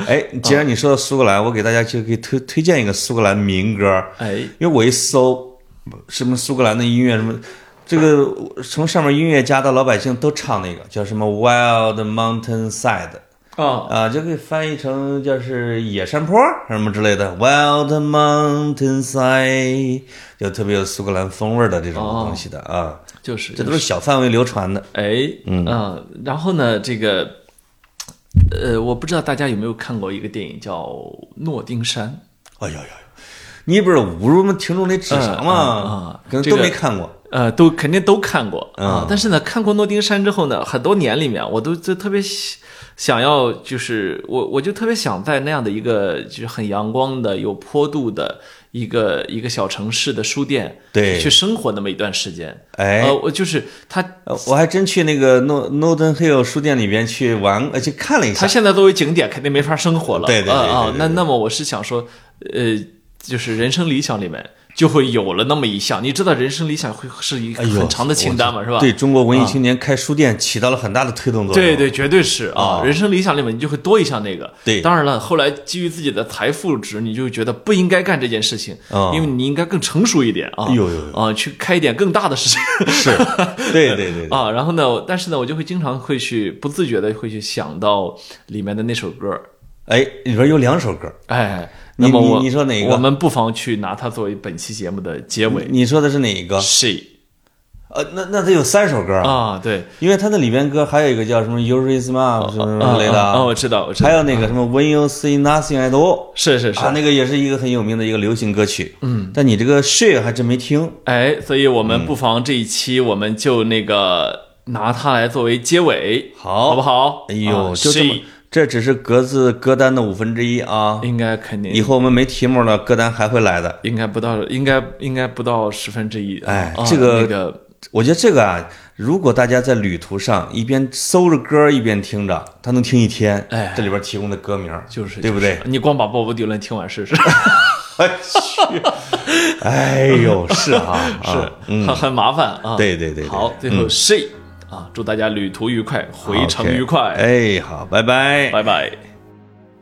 S2: 哎，既然你说到苏格兰，我给大家就可以推推荐一个苏格兰民歌。
S1: 哎
S2: 因为我一搜什么苏格兰的音乐什么。这个从上面音乐家到老百姓都唱那个叫什么 Wild Mountain Side，
S1: 啊
S2: 啊，就可以翻译成就是野山坡什么之类的，Wild Mountain Side，就特别有苏格兰风味儿的这种
S1: 哦
S2: 东西的啊，
S1: 就是
S2: 这都是小范围流传的。
S1: 哎嗯然后呢这个。呃，我不知道大家有没有看过一个电影叫《诺丁山》
S2: 哎呦呦呦，你不是侮辱我们听众的智商
S1: 嗯嗯
S2: 吗
S1: 嗯？
S2: 可能
S1: 这
S2: 都
S1: 个
S2: 没看过。
S1: 呃，都肯定都看过啊、
S2: 嗯
S1: 但是呢，看过《诺丁山》之后呢，很多年里面，我都就特别喜想要，就是我我就特别想在那样的一个就是很阳光的、有坡度的一个一个小城市的书店，
S2: 对
S1: 去生活那么一段时间。
S2: 哎
S1: 呃，我就是它，
S2: 呃我还真去那个诺诺登 hill 书店里边去玩，呃，去看了一
S1: 它
S2: 下。
S1: 现在作为景点肯定没法生活了。
S2: 对对对
S1: 啊、
S2: 对
S1: 啊
S2: 对
S1: 那
S2: 对
S1: 那么我是想说，呃，就是人生理想里面。就会有了那么一项，你知道人生理想会是一个
S2: 哎呦
S1: 很长的清单嘛，是吧？
S2: 对中国文艺
S1: 啊
S2: 青年开书店起到了很大的推动作用。
S1: 对对，绝对是啊！
S2: 啊
S1: 人生理想里面你就会多一项那个。
S2: 对
S1: 当然了，后来基于自己的财富值，你就会觉得不应该干这件事情，
S2: 啊
S1: 因为你应该更成熟一点啊，
S2: 哎呦呦呦
S1: 啊，去开一点更大的事情。
S2: 是，对对对对，
S1: 啊，然后呢，但是呢，我就会经常会去不自觉的会去想到里面的那首歌，
S2: 哎，里边有两首歌，
S1: 哎，
S2: 你
S1: 那么
S2: 你
S1: 我
S2: 你说哪个
S1: 我们不妨去拿它作为本期节目的结尾。
S2: 你说的是哪一个？
S1: She
S2: 呃，那那得有三首歌，
S1: 啊，对，
S2: 因为它那里边歌还有一个叫什么 “You Raise Me Up” 什么什么之类的
S1: 啊，啊哦我知道，我知道，
S2: 嗯还有那个什么 “When You See Nothing at All”，
S1: 是是是
S2: 啊，，那个也是一个很有名的一个流行歌曲。嗯，但你这个 “Share” 还真没听。
S1: 哎，所以我们不妨这一期我们就那个拿它来作为结尾，
S2: 好
S1: 好不好？
S2: 哎呦，
S1: 啊
S2: 就这么
S1: She，，
S2: 这只是格子歌单的五分之一啊！
S1: 应该肯
S2: 以
S1: 定。
S2: 后我们没题目了，歌单还会来的。
S1: 应该不到，应该应该不到十分之一。
S2: 哎
S1: 啊
S2: 这个
S1: 那个
S2: 我觉得这个啊，如果大家在旅途上一边搜着歌一边听着，他能听一天。
S1: 哎
S2: 这里边提供的歌名儿
S1: 就是
S2: 对不对
S1: 就？是你光把鲍勃迪伦听完试试，
S2: 哎呦，是 哈，啊
S1: 很、很麻烦啊。
S2: 对对对对
S1: 好，最后 she、啊，祝大家旅途愉快，回程
S2: OK
S1: 愉快，
S2: 哎，好，拜拜，
S1: 拜拜。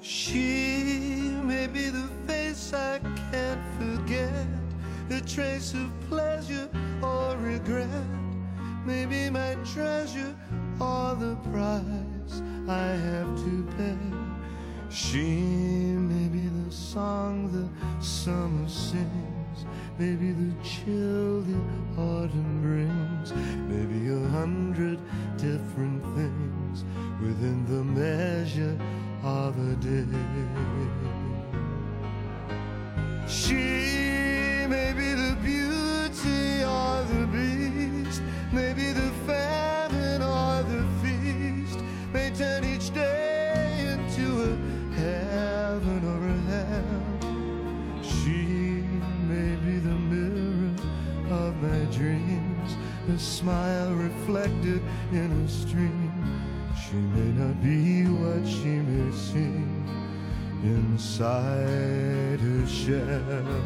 S5: She may be the face I can't forget, the trace of pleasure or regret. Maybe my treasure or the price I have to pay. She may be the song the summer sings, maybe the chill the autumn brings, maybe a hundred different things within the measure of a day. She may be the beauty or the beast, maybe the famine or the feast, may turn each day into a heaven or a hell. She may be the mirror of my dreams, a smile reflected in a stream. She may not be what she may seem inside her shell.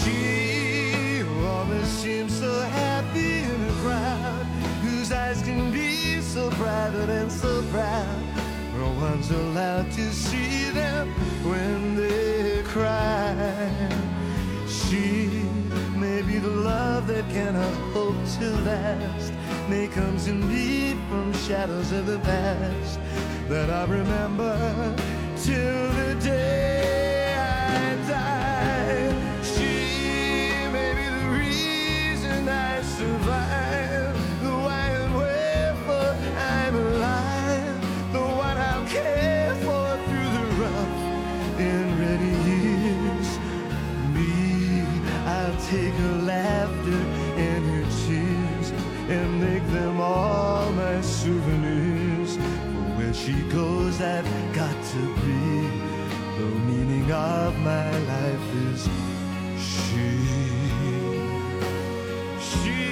S5: She always seems so happy in a crowd whose eyes can be so private and so proud. No one's allowed to see them when they cry. She may be the love that cannot hope to last, may comes indeed from shadows of the past that I remember till the day I die. She may be the reason I survive, the why and wherefore I'm alive, the one I'll care for through the rough and ready years. Me, I'll take her laughter and her tears and make them all my souvenirs. For where she goes, I've got to be. The meaning of my life is she. She. 哦